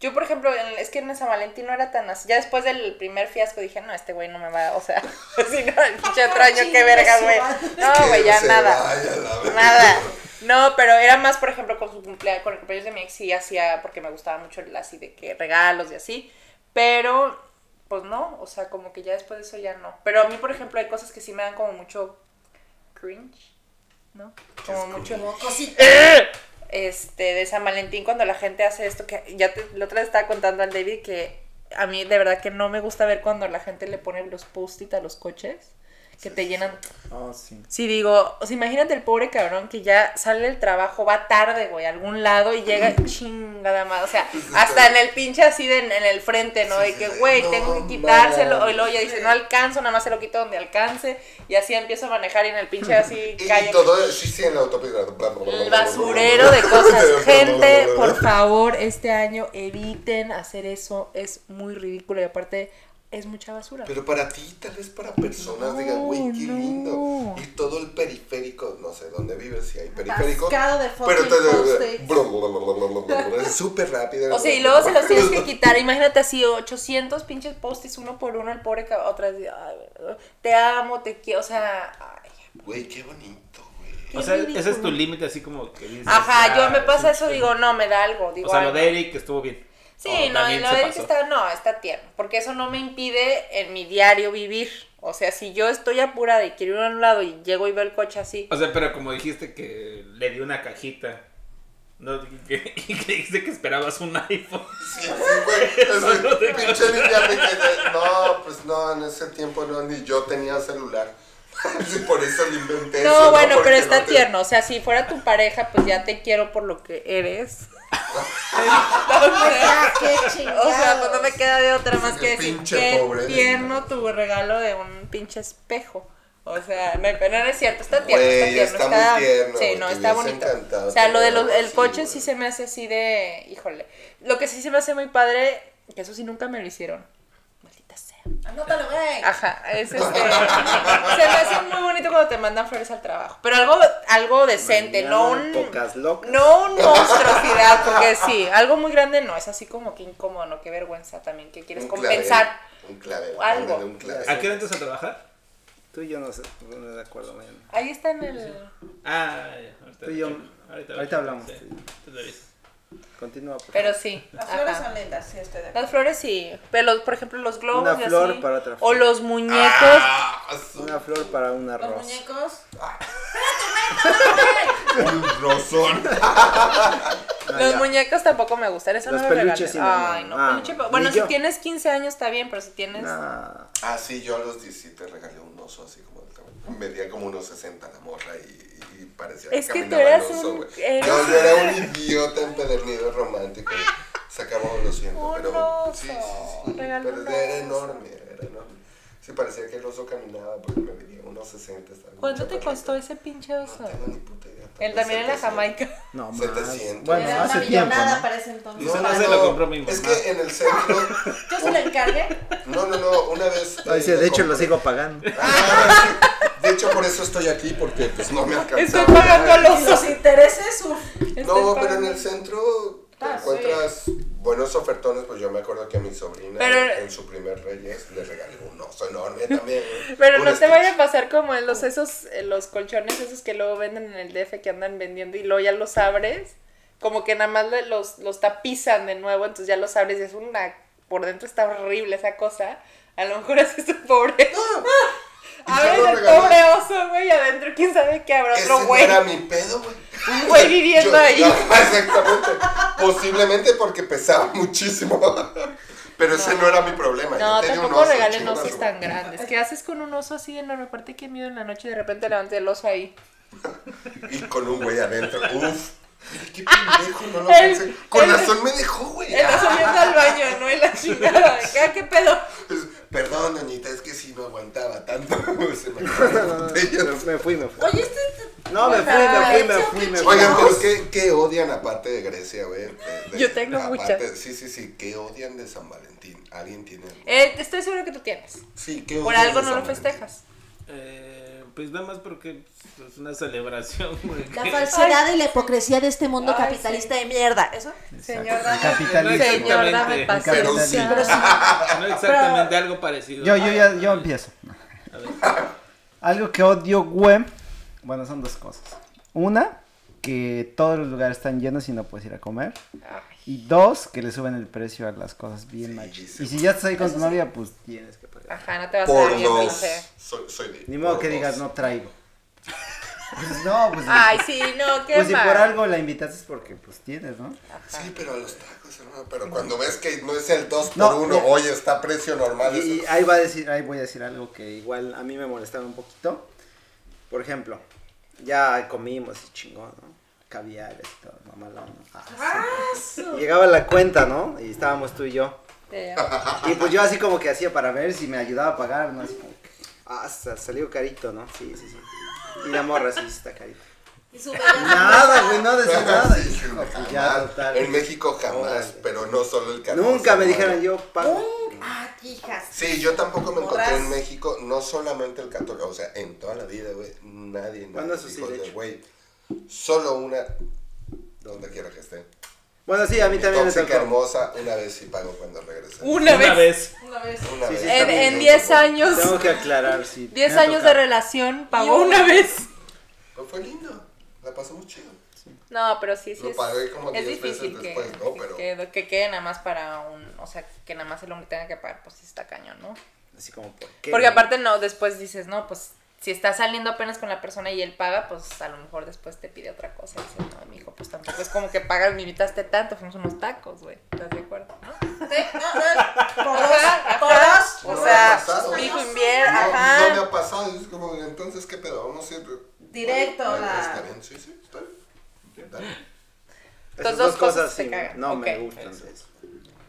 [SPEAKER 6] Yo, por ejemplo, en- es que en San Valentín no era tan así. Ya después del primer fiasco dije, no, este güey no me va, o sea, si no, el pinche otro año, qué verga, güey. No, güey, ya
[SPEAKER 2] Que se
[SPEAKER 6] nada.
[SPEAKER 2] vaya la verga.
[SPEAKER 6] Nada. No, pero era más, por ejemplo, con su cumplea- con el cumpleaños de mi ex sí hacía, porque me gustaba mucho el así de que regalos y así. Pero, pues no, o sea, como que ya después de eso ya no. Pero a mí, por ejemplo, hay cosas que sí me dan como mucho cringe, ¿no? Como mucho este, de San Valentín cuando la gente hace esto, que ya te, la otra vez estaba contando al David que a mí de verdad que no me gusta ver cuando la gente le pone los post-it a los coches, que te llenan.
[SPEAKER 4] Ah,
[SPEAKER 3] Oh, sí.
[SPEAKER 6] Sí, digo, o sea, imagínate el pobre cabrón que ya sale del trabajo, va tarde, güey, a algún lado y llega chingada más, o sea, hasta en el pinche así de, en el frente, ¿no?
[SPEAKER 2] Sí,
[SPEAKER 6] De que,
[SPEAKER 2] sí, sí.
[SPEAKER 6] güey,
[SPEAKER 2] No
[SPEAKER 6] tengo que quitárselo,
[SPEAKER 2] mames.
[SPEAKER 6] o luego ya dice, no alcanzo, nada más se lo quito donde alcance, y así empiezo a manejar y en el pinche así
[SPEAKER 2] Y,
[SPEAKER 6] calle.
[SPEAKER 2] todo, sí, sí, en la autopista. bla, bla, bla, bla,
[SPEAKER 6] El
[SPEAKER 2] bla,
[SPEAKER 6] basurero
[SPEAKER 2] bla,
[SPEAKER 6] de cosas.
[SPEAKER 2] bla, bla,
[SPEAKER 6] Gente,
[SPEAKER 2] bla, bla,
[SPEAKER 6] por
[SPEAKER 2] bla.
[SPEAKER 6] favor, este año eviten hacer eso. Es muy ridículo y aparte es mucha basura.
[SPEAKER 2] Pero para ti, tal vez para personas,
[SPEAKER 6] No,
[SPEAKER 2] digan, güey, qué
[SPEAKER 6] no.
[SPEAKER 2] lindo. Y todo el periférico, no sé dónde vives, si hay periférico.
[SPEAKER 7] Atascado de
[SPEAKER 2] Pero eh,
[SPEAKER 7] fucking
[SPEAKER 2] te
[SPEAKER 7] post-its.
[SPEAKER 2] bla, bla, bla, bla, bla, bla, bla, es súper rápido.
[SPEAKER 6] O sea, y luego se los tienes que quitar. Imagínate así 800 pinches postes uno por uno, el pobre cab- otra vez, ay, te amo, te quiero, o sea, ay.
[SPEAKER 2] Güey, qué bonito, güey.
[SPEAKER 4] O sea, ese es tu límite, así como que dices,
[SPEAKER 6] Ajá,
[SPEAKER 4] ya,
[SPEAKER 6] yo me pasa
[SPEAKER 4] es
[SPEAKER 6] eso,
[SPEAKER 4] un-
[SPEAKER 6] digo, no, me da algo, digo,
[SPEAKER 4] O sea,
[SPEAKER 6] ay,
[SPEAKER 4] lo
[SPEAKER 6] no.
[SPEAKER 4] de Eric estuvo bien.
[SPEAKER 6] Sí,
[SPEAKER 4] O
[SPEAKER 6] no, y
[SPEAKER 4] también
[SPEAKER 6] lo
[SPEAKER 4] se
[SPEAKER 6] de que
[SPEAKER 4] pasó.
[SPEAKER 6] está, no, está tierno, porque eso no me impide en mi diario vivir. O sea, si yo estoy apurada y quiero ir a un lado y llego y veo el coche así,
[SPEAKER 4] O sea, pero como dijiste que le di una cajita. ¿no? Y que, y que dijiste que esperabas un iPhone.
[SPEAKER 2] Sí, sí, güey. Es un pinche niña de que de- no, pues no, en ese tiempo no, ni yo tenía celular. Sí, por eso lo inventé.
[SPEAKER 6] No,
[SPEAKER 2] eso,
[SPEAKER 6] bueno,
[SPEAKER 2] Porque
[SPEAKER 6] pero está
[SPEAKER 2] no te-
[SPEAKER 6] tierno. O sea, si fuera tu pareja, pues ya te quiero por lo que eres.
[SPEAKER 7] Ya, qué chingados.
[SPEAKER 6] O sea, pues no me queda de otra más
[SPEAKER 2] El
[SPEAKER 6] que decir
[SPEAKER 2] pinche
[SPEAKER 6] que
[SPEAKER 2] pobre de-
[SPEAKER 6] tierno tu regalo de un pinche espejo. O sea, me, no, no es cierto, está tierno,
[SPEAKER 2] Güey,
[SPEAKER 6] está tierno,
[SPEAKER 2] está
[SPEAKER 6] está,
[SPEAKER 2] muy tierno,
[SPEAKER 6] sí,
[SPEAKER 2] güey,
[SPEAKER 6] no,
[SPEAKER 2] te hubiese
[SPEAKER 6] está bonito.
[SPEAKER 2] encantado
[SPEAKER 6] O sea, lo de
[SPEAKER 2] tener
[SPEAKER 6] los,
[SPEAKER 2] algo
[SPEAKER 6] el
[SPEAKER 2] así,
[SPEAKER 6] coche
[SPEAKER 2] güey.
[SPEAKER 6] sí se me hace así de, híjole. Lo que sí se me hace muy padre, que eso sí nunca me lo hicieron. Maldita sea.
[SPEAKER 7] Anótalo, güey.
[SPEAKER 6] Ajá, es este. se me hace muy bonito cuando te mandan flores al trabajo. Pero algo, algo decente, no un.
[SPEAKER 3] Pocas locas.
[SPEAKER 6] No un monstruosidad, porque sí, algo muy grande no, es así como que incómodo, ¿no? Qué vergüenza también, que
[SPEAKER 3] Mm,
[SPEAKER 6] quieres
[SPEAKER 2] Un
[SPEAKER 6] compensar.
[SPEAKER 2] clavel, Un clave.
[SPEAKER 6] algo.
[SPEAKER 2] Un clavel.
[SPEAKER 4] ¿A qué hora entras a trabajar?
[SPEAKER 3] Tú y yo no, sé, no de acuerdo mañana.
[SPEAKER 6] Ahí está en el...
[SPEAKER 4] Ah, ya, ahorita.
[SPEAKER 3] Tú y yo-
[SPEAKER 4] checo.
[SPEAKER 3] ahorita
[SPEAKER 4] checo,
[SPEAKER 3] hablamos.
[SPEAKER 4] sí. Tú lo dices.
[SPEAKER 3] Continúa, por
[SPEAKER 6] Pero
[SPEAKER 3] favor.
[SPEAKER 6] sí.
[SPEAKER 7] Las flores
[SPEAKER 6] ajá.
[SPEAKER 7] son lindas, sí, estoy de acuerdo.
[SPEAKER 6] Las flores sí, pero los- por ejemplo los globos
[SPEAKER 3] Una
[SPEAKER 6] y
[SPEAKER 3] flor
[SPEAKER 6] así,
[SPEAKER 3] para otra
[SPEAKER 6] o
[SPEAKER 3] flor.
[SPEAKER 6] los muñecos.
[SPEAKER 2] Ah, su-
[SPEAKER 3] Una flor para una
[SPEAKER 7] Los
[SPEAKER 3] rosa.
[SPEAKER 7] muñecos.
[SPEAKER 2] un rosón.
[SPEAKER 3] Ah,
[SPEAKER 6] los
[SPEAKER 3] ya.
[SPEAKER 6] muñecos tampoco me gustan, eso
[SPEAKER 3] Los
[SPEAKER 6] no me
[SPEAKER 3] peluches sí, no,
[SPEAKER 6] regalan. Ay,
[SPEAKER 3] no,
[SPEAKER 6] no,
[SPEAKER 3] ah,
[SPEAKER 6] peluche,
[SPEAKER 3] no,
[SPEAKER 6] Bueno,
[SPEAKER 3] ni
[SPEAKER 6] si
[SPEAKER 3] yo.
[SPEAKER 6] tienes 15 años está bien, pero si tienes
[SPEAKER 3] Nah.
[SPEAKER 2] Ah, sí, yo a los 17 regalé un oso así como. Medía como unos 60 la morra y, y parecía
[SPEAKER 6] Es que tú
[SPEAKER 2] caminaba el
[SPEAKER 6] eras
[SPEAKER 2] oso,
[SPEAKER 6] un-
[SPEAKER 2] güey.
[SPEAKER 6] eras-
[SPEAKER 2] No, yo era un idiota empedernido romántico. Sacábamos los cientos,
[SPEAKER 6] Un
[SPEAKER 2] pero. Sí, sí,
[SPEAKER 6] oso,
[SPEAKER 2] sí.
[SPEAKER 6] regaló
[SPEAKER 2] Pero
[SPEAKER 6] un
[SPEAKER 2] era
[SPEAKER 6] oso.
[SPEAKER 2] enorme, era enorme. Sí, parecía que el oso caminaba porque me medía unos 60. estaba bien
[SPEAKER 6] ¿Cuánto te
[SPEAKER 2] chaparrito.
[SPEAKER 6] costó ese pinche
[SPEAKER 2] No
[SPEAKER 6] oso?
[SPEAKER 2] tengo ni puta idea.
[SPEAKER 6] Él también en la
[SPEAKER 2] 700.
[SPEAKER 6] Jamaica.
[SPEAKER 3] No, más.
[SPEAKER 2] 700.
[SPEAKER 3] Bueno,
[SPEAKER 7] Era una
[SPEAKER 3] hace tiempo,
[SPEAKER 7] millonada
[SPEAKER 3] ¿no?
[SPEAKER 7] para ese entonces.
[SPEAKER 4] Eso no se
[SPEAKER 6] Ah,
[SPEAKER 4] lo compró mi mamá.
[SPEAKER 2] Es que en el centro.
[SPEAKER 7] Yo se la encargué.
[SPEAKER 2] No, no, no, una vez.
[SPEAKER 3] Ah, dice,
[SPEAKER 2] eh,
[SPEAKER 3] de hecho,
[SPEAKER 2] compré-
[SPEAKER 3] lo sigo pagando.
[SPEAKER 2] Ah, De hecho, por eso estoy aquí, porque pues no me alcanza.
[SPEAKER 6] Estoy pagando
[SPEAKER 7] Y los intereses, uff.
[SPEAKER 2] No, pero en el centro te
[SPEAKER 7] Ah, sí.
[SPEAKER 2] encuentras buenos ofertones. Pues yo me acuerdo que a mi sobrina
[SPEAKER 6] Pero-
[SPEAKER 2] en su primer Reyes le regalé un oso enorme también.
[SPEAKER 6] Pero
[SPEAKER 2] un
[SPEAKER 6] no te
[SPEAKER 2] Stitch.
[SPEAKER 6] vaya a pasar como en los esos, en los colchones esos que luego venden en el DF que andan vendiendo y luego ya los abres, como que nada más le- los, los tapizan de nuevo, entonces ya los abres y es una, por dentro está horrible esa cosa. A lo mejor es tu pobre.
[SPEAKER 2] Y
[SPEAKER 6] Abres
[SPEAKER 2] yo lo
[SPEAKER 6] el
[SPEAKER 2] regalé.
[SPEAKER 6] pobre oso, güey, y adentro quién sabe qué habrá
[SPEAKER 2] Ese
[SPEAKER 6] otro
[SPEAKER 2] no
[SPEAKER 6] güey.
[SPEAKER 2] era mi pedo, güey.
[SPEAKER 6] Un güey viviendo
[SPEAKER 2] Yo-
[SPEAKER 6] ahí.
[SPEAKER 2] no, exactamente. Posiblemente porque pesaba muchísimo. Pero ese no era mi problema. yo
[SPEAKER 6] No,
[SPEAKER 2] tenía un
[SPEAKER 6] tampoco
[SPEAKER 2] oso,
[SPEAKER 6] regalen
[SPEAKER 2] chingas,
[SPEAKER 6] osos
[SPEAKER 2] güey.
[SPEAKER 6] tan grandes. ¿Qué haces con un oso así de enorme? Aparte que miedo en la noche y de repente levantas el oso ahí.
[SPEAKER 2] Y con un güey adentro. Uf. Qué pendejo, no lo
[SPEAKER 6] El-
[SPEAKER 2] pensé. Con
[SPEAKER 6] el-
[SPEAKER 2] razón me dejó, güey. Ah.
[SPEAKER 6] El oso yendo al baño, ¿no? En la chingada. Acá, ¿Qué pedo?
[SPEAKER 2] Pues, Perdón, doñita, es que si no aguantaba tanto. Se me
[SPEAKER 3] No,
[SPEAKER 2] acabaron las
[SPEAKER 3] no, no,
[SPEAKER 2] botellas.
[SPEAKER 3] me fui, me fui.
[SPEAKER 7] Oye, este. este-
[SPEAKER 3] No, me fui, me fui, me fui, me fui.
[SPEAKER 2] Oigan, pero ¿qué, qué odian aparte de Grecia, güey? De- de-
[SPEAKER 6] Yo tengo muchas.
[SPEAKER 2] Sí, sí, sí. ¿Qué odian de San Valentín? ¿Alguien tiene?
[SPEAKER 6] Eh, estoy seguro que tú tienes.
[SPEAKER 2] Sí, ¿qué
[SPEAKER 6] Por
[SPEAKER 2] odian
[SPEAKER 6] algo
[SPEAKER 2] de
[SPEAKER 6] no
[SPEAKER 2] San
[SPEAKER 6] lo
[SPEAKER 2] Valentín?
[SPEAKER 6] festejas.
[SPEAKER 4] Eh, pues nada más porque pues, es una celebración, güey.
[SPEAKER 7] La
[SPEAKER 4] que-
[SPEAKER 7] falsedad y la hipocresía de este mundo
[SPEAKER 6] Ay,
[SPEAKER 7] capitalista
[SPEAKER 6] sí.
[SPEAKER 7] de mierda. ¿Eso?
[SPEAKER 6] Señor,
[SPEAKER 3] El
[SPEAKER 6] dame,
[SPEAKER 3] capitalismo.
[SPEAKER 6] señor, dame
[SPEAKER 4] Exactamente.
[SPEAKER 6] paciencia.
[SPEAKER 2] Pero sí. Pero
[SPEAKER 4] No exactamente algo parecido.
[SPEAKER 3] Yo, yo, ya, yo empiezo. Algo que odio, güey. Bueno, son dos cosas. Una, que todos los lugares están llenos y no puedes ir a comer. Y dos, que le suben el precio a las cosas bien
[SPEAKER 2] Sí,
[SPEAKER 3] machis.
[SPEAKER 2] sí.
[SPEAKER 3] Y si ya estás ahí con tu novia, pues tienes que pagar.
[SPEAKER 6] Ajá, no te vas a
[SPEAKER 2] Por
[SPEAKER 6] ver bien,
[SPEAKER 2] dos.
[SPEAKER 6] sé.
[SPEAKER 2] Soy, soy de-
[SPEAKER 3] Ni modo
[SPEAKER 2] por
[SPEAKER 3] que
[SPEAKER 2] dos.
[SPEAKER 3] digas, no traigo. Pues no, pues.
[SPEAKER 6] Ay, sí, no, qué
[SPEAKER 3] pues si
[SPEAKER 6] mal.
[SPEAKER 3] por algo la invitas es porque pues tienes, ¿no?
[SPEAKER 2] Sí, pero a los tacos, hermano. Pero cuando ves que no es el 2
[SPEAKER 3] No,
[SPEAKER 2] por 1
[SPEAKER 3] mira.
[SPEAKER 2] oye, está a precio normal.
[SPEAKER 3] Y, y
[SPEAKER 2] es el-
[SPEAKER 3] ahí va a decir, ahí voy a decir algo que igual a mí me molestaba un poquito. Por ejemplo, ya comimos y chingón, ¿no? Caviares y todo, mamalón. ¿no? Ah, sí. Y Llegaba la cuenta, ¿no? Y estábamos tú y yo.
[SPEAKER 6] Eh,
[SPEAKER 3] Y pues yo así como que hacía para ver si me ayudaba a pagar, ¿no? Así como que, ah, sa- salió carito, ¿no? Sí, sí, sí. Y la morra sí sí está carito.
[SPEAKER 7] Y su bebé-
[SPEAKER 3] Nada, güey, no decía nada.
[SPEAKER 2] Sí, sí,
[SPEAKER 3] Hijo, pues ya,
[SPEAKER 2] jamás.
[SPEAKER 3] total.
[SPEAKER 2] En México jamás,
[SPEAKER 3] Órale.
[SPEAKER 2] pero no solo el 14
[SPEAKER 3] Nunca me
[SPEAKER 2] de mayo.
[SPEAKER 3] dijeron yo pago.
[SPEAKER 7] Ah, hijas.
[SPEAKER 2] Sí, yo tampoco me encontré
[SPEAKER 7] Morras.
[SPEAKER 2] en México, no solamente el 14, o sea, en toda la vida, güey, nadie me
[SPEAKER 3] Bueno, eso sí,
[SPEAKER 2] dijo
[SPEAKER 3] de
[SPEAKER 2] de,
[SPEAKER 3] hecho.
[SPEAKER 2] güey, solo una, donde quiera que esté.
[SPEAKER 3] Bueno, sí, a mí
[SPEAKER 2] Mi
[SPEAKER 3] también me
[SPEAKER 2] tóxica
[SPEAKER 3] tocó.
[SPEAKER 2] hermosa, una vez sí pago cuando regrese.
[SPEAKER 6] Una
[SPEAKER 4] Una
[SPEAKER 6] vez.
[SPEAKER 4] vez.
[SPEAKER 7] Una vez.
[SPEAKER 2] Una
[SPEAKER 3] Sí,
[SPEAKER 2] vez.
[SPEAKER 3] sí,
[SPEAKER 6] En,
[SPEAKER 3] también.
[SPEAKER 6] en 10 años.
[SPEAKER 3] Tengo que aclarar, sí.
[SPEAKER 6] 10
[SPEAKER 3] me ha
[SPEAKER 6] años de
[SPEAKER 3] tocado.
[SPEAKER 6] relación, pagó una vez.
[SPEAKER 2] Pero fue lindo, la pasamos chido.
[SPEAKER 6] No, pero sí, sí.
[SPEAKER 2] Lo
[SPEAKER 6] es-
[SPEAKER 2] pagué como
[SPEAKER 6] es
[SPEAKER 2] 10 veces
[SPEAKER 6] difícil que,
[SPEAKER 2] después, ¿no? Pero-
[SPEAKER 6] que, que quede nada más para un. O sea, que nada más el hombre tenga que pagar, pues sí está cañón, ¿no?
[SPEAKER 3] Así como, ¿por qué?
[SPEAKER 6] Porque aparte, no, después dices, no, pues si estás saliendo apenas con la persona y él paga, pues a lo mejor después te pide otra cosa. Y dices, no, mijo, pues tampoco es como que pagas, me invitaste tanto, fuimos unos tacos, güey. ¿Estás de acuerdo?
[SPEAKER 7] Sí, no, no, es- por dos.
[SPEAKER 6] Ajá,
[SPEAKER 7] Por
[SPEAKER 6] ajá.
[SPEAKER 7] dos.
[SPEAKER 2] No
[SPEAKER 6] O
[SPEAKER 2] me ha
[SPEAKER 6] sea,
[SPEAKER 2] pasado.
[SPEAKER 6] mijo,
[SPEAKER 2] No,
[SPEAKER 6] invier,
[SPEAKER 2] no me
[SPEAKER 6] ajá.
[SPEAKER 2] ha pasado, es como, entonces, ¿qué pedo? Vamos a ir...
[SPEAKER 7] Directo,
[SPEAKER 2] Bueno,
[SPEAKER 7] la-
[SPEAKER 2] Está bien, sí, sí, está bien. Dale.
[SPEAKER 3] Esas
[SPEAKER 6] dos cosas te
[SPEAKER 3] sí,
[SPEAKER 6] cagan.
[SPEAKER 3] No
[SPEAKER 6] Ok.
[SPEAKER 3] me gustan. de eso.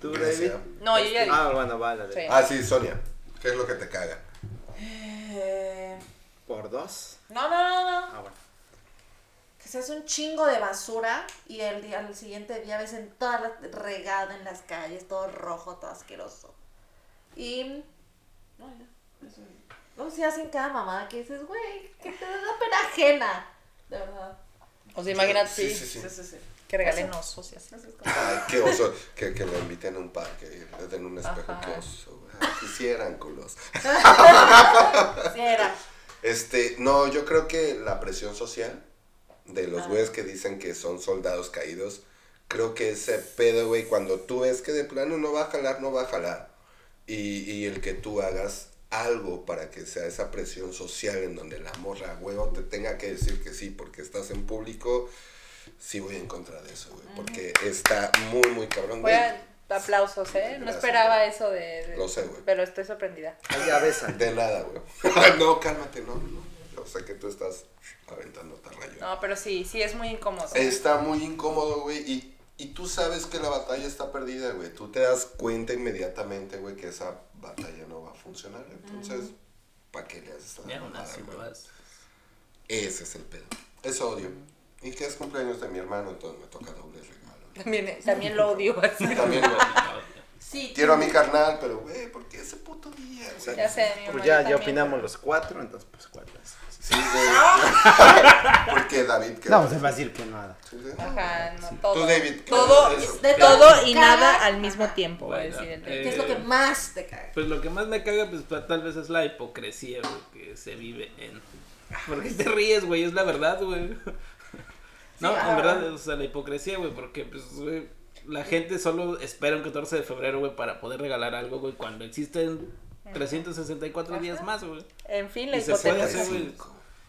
[SPEAKER 3] ¿Tú, David?
[SPEAKER 2] Grecia.
[SPEAKER 6] No, yo ya dije.
[SPEAKER 3] Ah, bueno, va la de-
[SPEAKER 6] Sí.
[SPEAKER 2] Ah, sí, Sonia, ¿qué es lo que te caga?
[SPEAKER 7] Eh,
[SPEAKER 3] ¿Por dos?
[SPEAKER 7] No, no, no, no.
[SPEAKER 3] Ah, bueno.
[SPEAKER 7] Que se hace un chingo de basura y el día, al siguiente día ves en toda la regada en las calles, todo rojo, todo asqueroso. Y. No, ya. eso- No, si hacen cada mamada que dices, güey, que te da pena ajena. De verdad.
[SPEAKER 6] O sea, imagínate
[SPEAKER 2] Sí,
[SPEAKER 6] sí,
[SPEAKER 2] sí, sí.
[SPEAKER 7] sí, sí.
[SPEAKER 6] que regalen osos y así.
[SPEAKER 2] Ay, qué oso, que, que lo inviten a un parque, y le den un espejo,
[SPEAKER 6] Ajá.
[SPEAKER 2] qué oso, güey. Ay, Quisieran culos.
[SPEAKER 7] Sí, era.
[SPEAKER 2] Este, no, yo creo que la presión social de los güeyes que dicen que son soldados caídos, creo que ese pedo, güey, cuando tú ves que de plano no va a jalar, no va a jalar. Y, y el que tú hagas algo para que sea esa presión social en donde la morra, huevo, te tenga que decir que sí, porque estás en público, sí voy en contra de eso, güey, porque está muy, muy cabrón,
[SPEAKER 6] Voy
[SPEAKER 2] güey.
[SPEAKER 6] a aplausos, ¿eh? No
[SPEAKER 2] Gracias.
[SPEAKER 6] esperaba eso de. de-
[SPEAKER 2] Lo sé, güey.
[SPEAKER 6] Pero estoy sorprendida.
[SPEAKER 3] Ay, Ya besan.
[SPEAKER 2] De nada, güey. no, cálmate, no, no. Yo sé que tú estás aventando tarrayón.
[SPEAKER 6] No, pero sí, sí, es muy incómodo.
[SPEAKER 2] Está muy incómodo, güey. Y, y tú sabes que la batalla está perdida, güey. Tú te das cuenta inmediatamente, güey, que esa batalla no va a funcionar. Entonces, ¿para qué le haces
[SPEAKER 4] Ya
[SPEAKER 2] la
[SPEAKER 4] aún
[SPEAKER 2] mamada,
[SPEAKER 4] así
[SPEAKER 2] güey?
[SPEAKER 4] lo vas.
[SPEAKER 2] Ese es el pedo. Es odio. Y que es cumpleaños de mi hermano, entonces me toca doble regalo.
[SPEAKER 6] También, eh, también lo odio. así.
[SPEAKER 2] También lo
[SPEAKER 7] Sí.
[SPEAKER 2] quiero a mi carnal, pero, güey, ¿por qué ese puto día, güey?
[SPEAKER 6] Ya sé, mi
[SPEAKER 3] Pues ya,
[SPEAKER 6] mamá
[SPEAKER 3] ya
[SPEAKER 6] también.
[SPEAKER 3] opinamos los cuatro, entonces pues cuatro.
[SPEAKER 2] Sí, güey. Porque David, ¿qué?
[SPEAKER 3] No, pues, se va a decir que nada.
[SPEAKER 6] Ajá, no, todo.
[SPEAKER 2] Tú, David, ¿qué
[SPEAKER 6] todo,
[SPEAKER 2] es eso?
[SPEAKER 7] de
[SPEAKER 6] todo
[SPEAKER 7] te
[SPEAKER 6] y
[SPEAKER 7] caga.
[SPEAKER 6] nada al mismo tiempo, va a
[SPEAKER 4] Bueno,
[SPEAKER 6] decir el de-
[SPEAKER 4] eh,
[SPEAKER 7] ¿Qué es lo que más te caga?
[SPEAKER 4] Pues lo que más me caga, pues pa- tal vez es la hipocresía, güey, que se vive en. Porque te ríes, güey, es la verdad, güey. No,
[SPEAKER 7] ah.
[SPEAKER 4] en verdad, o sea, la hipocresía, güey, porque, pues, güey, la gente solo espera un 14 de febrero, güey, para poder regalar algo, güey, cuando existen 364 días más, güey.
[SPEAKER 6] En fin, la
[SPEAKER 4] Y se puede
[SPEAKER 6] hipoteca.
[SPEAKER 4] hacer, güey.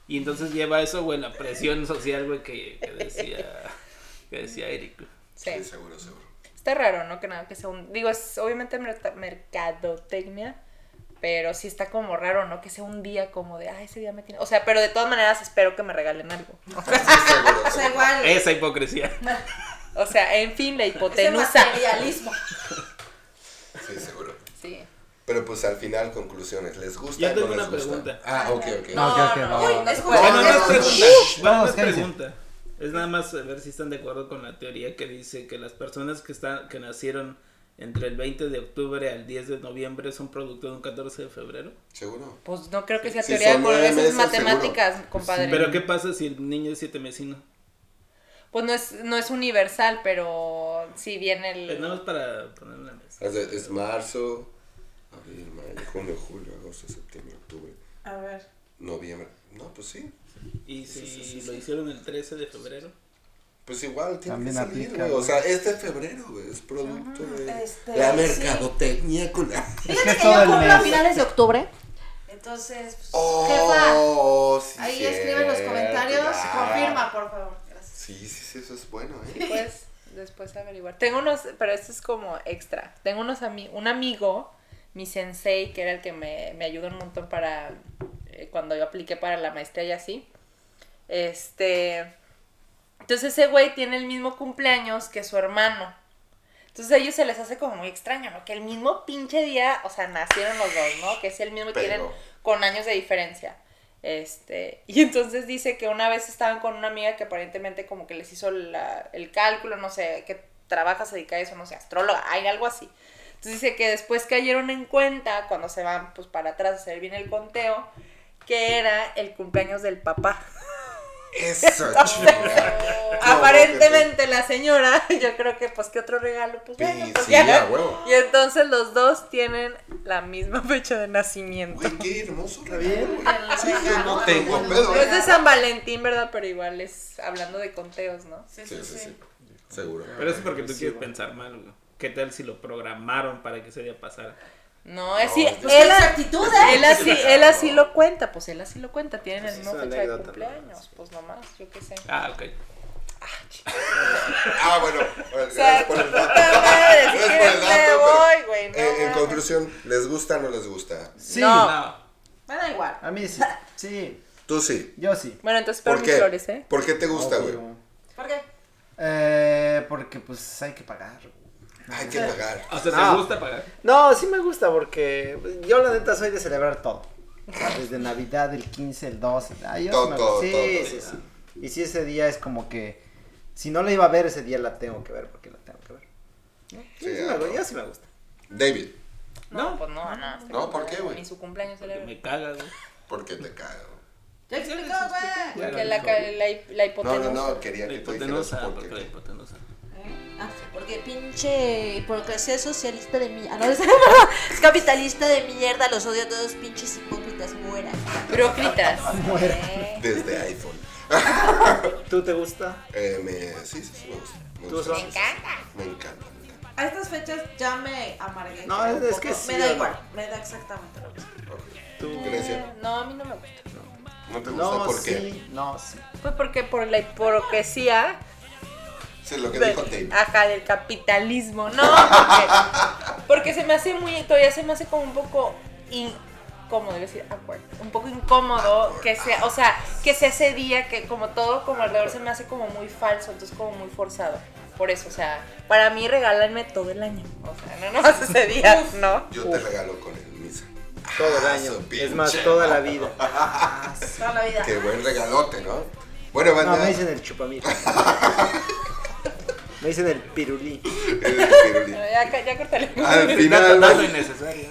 [SPEAKER 4] Y entonces lleva eso, güey, la presión social, güey, que, que decía, que decía Eric, güey.
[SPEAKER 2] Sí,
[SPEAKER 6] Sí.
[SPEAKER 2] seguro, seguro.
[SPEAKER 6] Está raro, ¿no? Que nada, que sea un. Digo, es obviamente merta- mercadotecnia. Pero sí está como raro, ¿no? Que sea un día como de, ah, ese día me tiene. O sea, pero de todas maneras espero que me regalen algo.
[SPEAKER 2] Sí, seguro,
[SPEAKER 7] O sea, igual.
[SPEAKER 4] Esa hipocresía.
[SPEAKER 6] O sea, en fin, la
[SPEAKER 7] Ese
[SPEAKER 6] hipotenusa.
[SPEAKER 7] materialismo.
[SPEAKER 2] Sí, seguro.
[SPEAKER 6] Sí.
[SPEAKER 2] Pero pues al final, conclusiones. ¿Les gusta
[SPEAKER 4] Yo
[SPEAKER 2] o
[SPEAKER 4] tengo
[SPEAKER 2] no
[SPEAKER 4] una
[SPEAKER 2] les gusta?
[SPEAKER 4] pregunta.
[SPEAKER 2] Ah, ok, ok.
[SPEAKER 7] No,
[SPEAKER 3] ya que
[SPEAKER 7] no,
[SPEAKER 3] no.
[SPEAKER 7] uy,
[SPEAKER 6] No, no,
[SPEAKER 7] es
[SPEAKER 6] no.
[SPEAKER 7] juego.
[SPEAKER 4] Bueno, no es
[SPEAKER 7] Es
[SPEAKER 4] pregunta.
[SPEAKER 3] Shh,
[SPEAKER 4] bueno, no
[SPEAKER 3] vamos,
[SPEAKER 4] es
[SPEAKER 3] cállense.
[SPEAKER 4] pregunta. Es nada más a ver si están de acuerdo con la teoría que dice que las personas que están que nacieron entre el 20 de octubre al 10 de noviembre son producto de un 14 de febrero.
[SPEAKER 2] Seguro.
[SPEAKER 6] Pues no creo que sea
[SPEAKER 2] Sí,
[SPEAKER 6] teoría
[SPEAKER 2] son
[SPEAKER 6] de colores,
[SPEAKER 2] nueve
[SPEAKER 6] es
[SPEAKER 2] meses,
[SPEAKER 6] matemáticas, compadre.
[SPEAKER 4] Pero ¿qué pasa si el niño es siete mesino?
[SPEAKER 6] Pues no es, no es universal, pero sí viene
[SPEAKER 4] Eh,
[SPEAKER 6] el.
[SPEAKER 4] Nada más para poner en la mesa.
[SPEAKER 2] Es, de- es marzo, abril, mayo, junio, julio, agosto, septiembre, octubre,
[SPEAKER 7] A ver.
[SPEAKER 2] noviembre. No, pues sí.
[SPEAKER 4] Y si
[SPEAKER 2] sí, sí,
[SPEAKER 4] lo
[SPEAKER 2] sí.
[SPEAKER 4] hicieron el 13 de febrero.
[SPEAKER 2] Pues igual tiene
[SPEAKER 3] También
[SPEAKER 2] que salir,
[SPEAKER 3] aplica,
[SPEAKER 2] güey. O
[SPEAKER 3] ¿no?
[SPEAKER 2] sea, este febrero, güey, es producto de
[SPEAKER 7] este,
[SPEAKER 2] la
[SPEAKER 7] sí.
[SPEAKER 2] mercadotecnia con la...
[SPEAKER 3] Es que
[SPEAKER 7] Fíjate
[SPEAKER 3] es
[SPEAKER 7] que yo
[SPEAKER 3] todo el
[SPEAKER 7] cumplo a
[SPEAKER 3] mes.
[SPEAKER 7] finales de octubre. Entonces, pues, jefa,
[SPEAKER 2] Oh, sí
[SPEAKER 7] ahí
[SPEAKER 2] cierto,
[SPEAKER 7] escribe en los comentarios.
[SPEAKER 2] ya.
[SPEAKER 7] Confirma, ah, pues, por favor. Gracias.
[SPEAKER 2] Sí, sí, sí, eso es bueno, ¿eh?
[SPEAKER 6] Después, después averiguar. Tengo unos, pero esto es como extra. Tengo unos ami un amigo, mi sensei, que era el que me, me ayudó un montón para eh, cuando yo apliqué para la maestría y así. Este. Entonces ese güey tiene el mismo cumpleaños que su hermano. Entonces a ellos se les hace como muy extraño, ¿no? Que el mismo pinche día, o sea, nacieron los dos, ¿no? Que es el mismo, y tienen
[SPEAKER 2] Pero-
[SPEAKER 6] con años de diferencia. Este, y entonces dice que una vez estaban con una amiga que aparentemente como que les hizo la- el cálculo, no sé, que trabaja, se dedica a eso, no sé, astróloga, hay algo así. Entonces dice que después cayeron en cuenta, cuando se van pues para atrás a hacer bien el conteo, que era el cumpleaños del papá.
[SPEAKER 2] Eso, chinga. No,
[SPEAKER 6] Aparentemente la señora, yo creo que pues que otro regalo, pues
[SPEAKER 2] Sí,
[SPEAKER 6] bueno, pues,
[SPEAKER 2] sí,
[SPEAKER 6] ya.
[SPEAKER 2] a huevo.
[SPEAKER 6] Y entonces los dos tienen la misma fecha de nacimiento.
[SPEAKER 2] Güey, qué hermoso regalo, güey.
[SPEAKER 6] Ah,
[SPEAKER 7] El
[SPEAKER 2] Sí, yo
[SPEAKER 7] regalo,
[SPEAKER 2] no tengo
[SPEAKER 7] el
[SPEAKER 2] pedo,
[SPEAKER 6] No es de
[SPEAKER 7] regalo.
[SPEAKER 6] San Valentín, ¿verdad? Pero igual es hablando de conteos, ¿no?
[SPEAKER 7] Sí,
[SPEAKER 2] Sí,
[SPEAKER 7] sí,
[SPEAKER 2] sí, sí.
[SPEAKER 7] sí.
[SPEAKER 2] Seguro.
[SPEAKER 4] Pero eso es porque tú quieres pensar mal, güey. ¿Qué tal si lo programaron para que ese día pasara?
[SPEAKER 6] No, así,
[SPEAKER 2] No,
[SPEAKER 7] Pues,
[SPEAKER 6] él,
[SPEAKER 7] las actitudes.
[SPEAKER 2] ¿eh?
[SPEAKER 6] él así, él así lo cuenta, pues él así lo cuenta, tienen el
[SPEAKER 3] Pues
[SPEAKER 6] mismo
[SPEAKER 3] es una
[SPEAKER 6] fecha de
[SPEAKER 3] anécdota,
[SPEAKER 6] cumpleaños,
[SPEAKER 3] ¿no?
[SPEAKER 6] pues nomás, yo qué sé.
[SPEAKER 4] Ah, ok.
[SPEAKER 2] Ah, bueno. bueno,
[SPEAKER 6] O sea,
[SPEAKER 2] Gracias por el
[SPEAKER 6] puta
[SPEAKER 2] dato.
[SPEAKER 6] madre,
[SPEAKER 2] Gracias
[SPEAKER 6] si
[SPEAKER 2] por
[SPEAKER 6] quieres
[SPEAKER 2] el
[SPEAKER 6] me
[SPEAKER 2] dato,
[SPEAKER 6] voy,
[SPEAKER 2] pero,
[SPEAKER 6] güey, no
[SPEAKER 2] eh, en
[SPEAKER 6] mames.
[SPEAKER 2] conclusión, ¿les gusta o no les gusta?
[SPEAKER 3] Sí,
[SPEAKER 6] No.
[SPEAKER 4] No.
[SPEAKER 7] Me da igual.
[SPEAKER 3] a mí sí, sí,
[SPEAKER 2] Tú sí.
[SPEAKER 3] yo sí.
[SPEAKER 6] Bueno, entonces espero
[SPEAKER 2] ¿Por
[SPEAKER 6] mis
[SPEAKER 2] qué?
[SPEAKER 6] flores, ¿eh?
[SPEAKER 2] ¿Por qué te gusta, güey?
[SPEAKER 3] Obvio.
[SPEAKER 7] ¿Por qué?
[SPEAKER 3] Eh, porque pues hay que pagar.
[SPEAKER 2] Hay que pagar.
[SPEAKER 4] O sea,
[SPEAKER 3] No.
[SPEAKER 4] ¿te gusta pagar?
[SPEAKER 3] No, sí me gusta porque pues, yo la neta soy de celebrar todo. O sea, Desde Navidad, el 15, el 12. ah, yo
[SPEAKER 2] Todo,
[SPEAKER 3] sí, me-
[SPEAKER 2] todo,
[SPEAKER 3] sí,
[SPEAKER 2] todo,
[SPEAKER 3] sí,
[SPEAKER 2] todo.
[SPEAKER 3] sí. Y si ese día es como que si no la iba a ver ese día la tengo que ver porque la tengo que ver. ¿No? Yo
[SPEAKER 2] Sí,
[SPEAKER 3] sí me
[SPEAKER 2] ah,
[SPEAKER 3] gu-
[SPEAKER 2] no.
[SPEAKER 3] yo sí me gusta.
[SPEAKER 2] David,
[SPEAKER 6] No, pues no, no. este
[SPEAKER 2] No, ¿por
[SPEAKER 6] cumpleaños,
[SPEAKER 2] qué, güey?
[SPEAKER 6] Ni su cumpleaños
[SPEAKER 4] Porque
[SPEAKER 6] celebra.
[SPEAKER 4] me caga, güey.
[SPEAKER 2] ¿por qué te cago?
[SPEAKER 7] Ya explicó, güey.
[SPEAKER 6] Porque la, ca- la, hi- la
[SPEAKER 2] No,
[SPEAKER 6] hipotenusa.
[SPEAKER 2] no, no, quería
[SPEAKER 4] La
[SPEAKER 2] que tú dijeras
[SPEAKER 4] hipotenusa,
[SPEAKER 2] por
[SPEAKER 4] porque la
[SPEAKER 2] qué.
[SPEAKER 4] hipotenusa.
[SPEAKER 7] ¿Eh? Ah, porque pinche hipocresía socialista de mierda. no, es, es capitalista de mierda. Los odio a todos, pinches hipócritas. Mueran.
[SPEAKER 6] Burócritas.
[SPEAKER 3] Muera.
[SPEAKER 6] ¿eh?
[SPEAKER 2] Desde iPhone.
[SPEAKER 3] ¿Tú te gusta?
[SPEAKER 2] Eh, me... Sí, sí, sí, me gusta. Me,
[SPEAKER 3] ¿Tú
[SPEAKER 2] gusta,
[SPEAKER 3] son?
[SPEAKER 2] sí, sí, sí. Me encanta. Me encanta.
[SPEAKER 7] A estas fechas ya me amargué.
[SPEAKER 3] No, es- es que
[SPEAKER 7] Me
[SPEAKER 3] sí,
[SPEAKER 7] da
[SPEAKER 3] o
[SPEAKER 7] igual.
[SPEAKER 3] no.
[SPEAKER 7] Me da exactamente lo mismo.
[SPEAKER 2] Ok.
[SPEAKER 3] ¿Tú?
[SPEAKER 2] Grecia,
[SPEAKER 6] No, a mí no me gusta.
[SPEAKER 2] ¿no te gusta
[SPEAKER 3] No,
[SPEAKER 2] por qué?
[SPEAKER 3] sí, no, sí.
[SPEAKER 6] Pues porque por la hipocresía
[SPEAKER 2] Sí, lo que
[SPEAKER 6] del-
[SPEAKER 2] dijo David.
[SPEAKER 6] ajá, del capitalismo. No, porque, porque se me hace muy, todavía se me hace como un poco incómodo, iba a decir awkward, un poco incómodo que sea, o sea, que sea ese día que como todo como alrededor se me hace como muy falso, entonces como muy forzado. Por eso, o sea, para mí regálanme todo el año, o sea, no nomás ese día, ¿no?
[SPEAKER 2] Yo te regalo con el misa.
[SPEAKER 3] Todo el
[SPEAKER 2] Ah,
[SPEAKER 3] año.
[SPEAKER 2] su
[SPEAKER 3] Es más,
[SPEAKER 2] pinche
[SPEAKER 3] toda la vida.
[SPEAKER 7] Toda la vida.
[SPEAKER 2] Qué buen regalote, ¿no? Bueno,
[SPEAKER 3] No,
[SPEAKER 2] banda.
[SPEAKER 3] me dicen el chupamir. me dicen el pirulí.
[SPEAKER 2] eh, Pirulí.
[SPEAKER 6] Bueno, ya, ca- ya córtale.
[SPEAKER 2] Al
[SPEAKER 4] Dato-
[SPEAKER 2] final,
[SPEAKER 4] dato innecesario.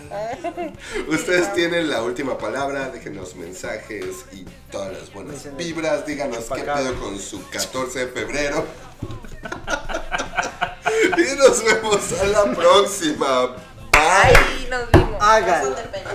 [SPEAKER 2] ustedes tienen la última palabra, déjenos mensajes y todas las buenas
[SPEAKER 3] Dicen el
[SPEAKER 2] vibras, díganos qué
[SPEAKER 3] chupacabra.
[SPEAKER 2] pedo con su 14 de febrero. y nos vemos a la próxima. Bye.
[SPEAKER 6] Ahí nos vimos.
[SPEAKER 3] Hágalo.
[SPEAKER 7] Son de pena.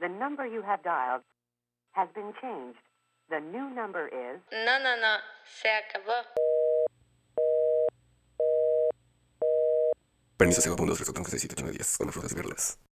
[SPEAKER 8] The number you have dialed has been changed. The new number is
[SPEAKER 5] No, no, no, se acabó.
[SPEAKER 9] Permiso, segundos, resultan que 6, 7, 8, 9, 10. Con frutas y verlas.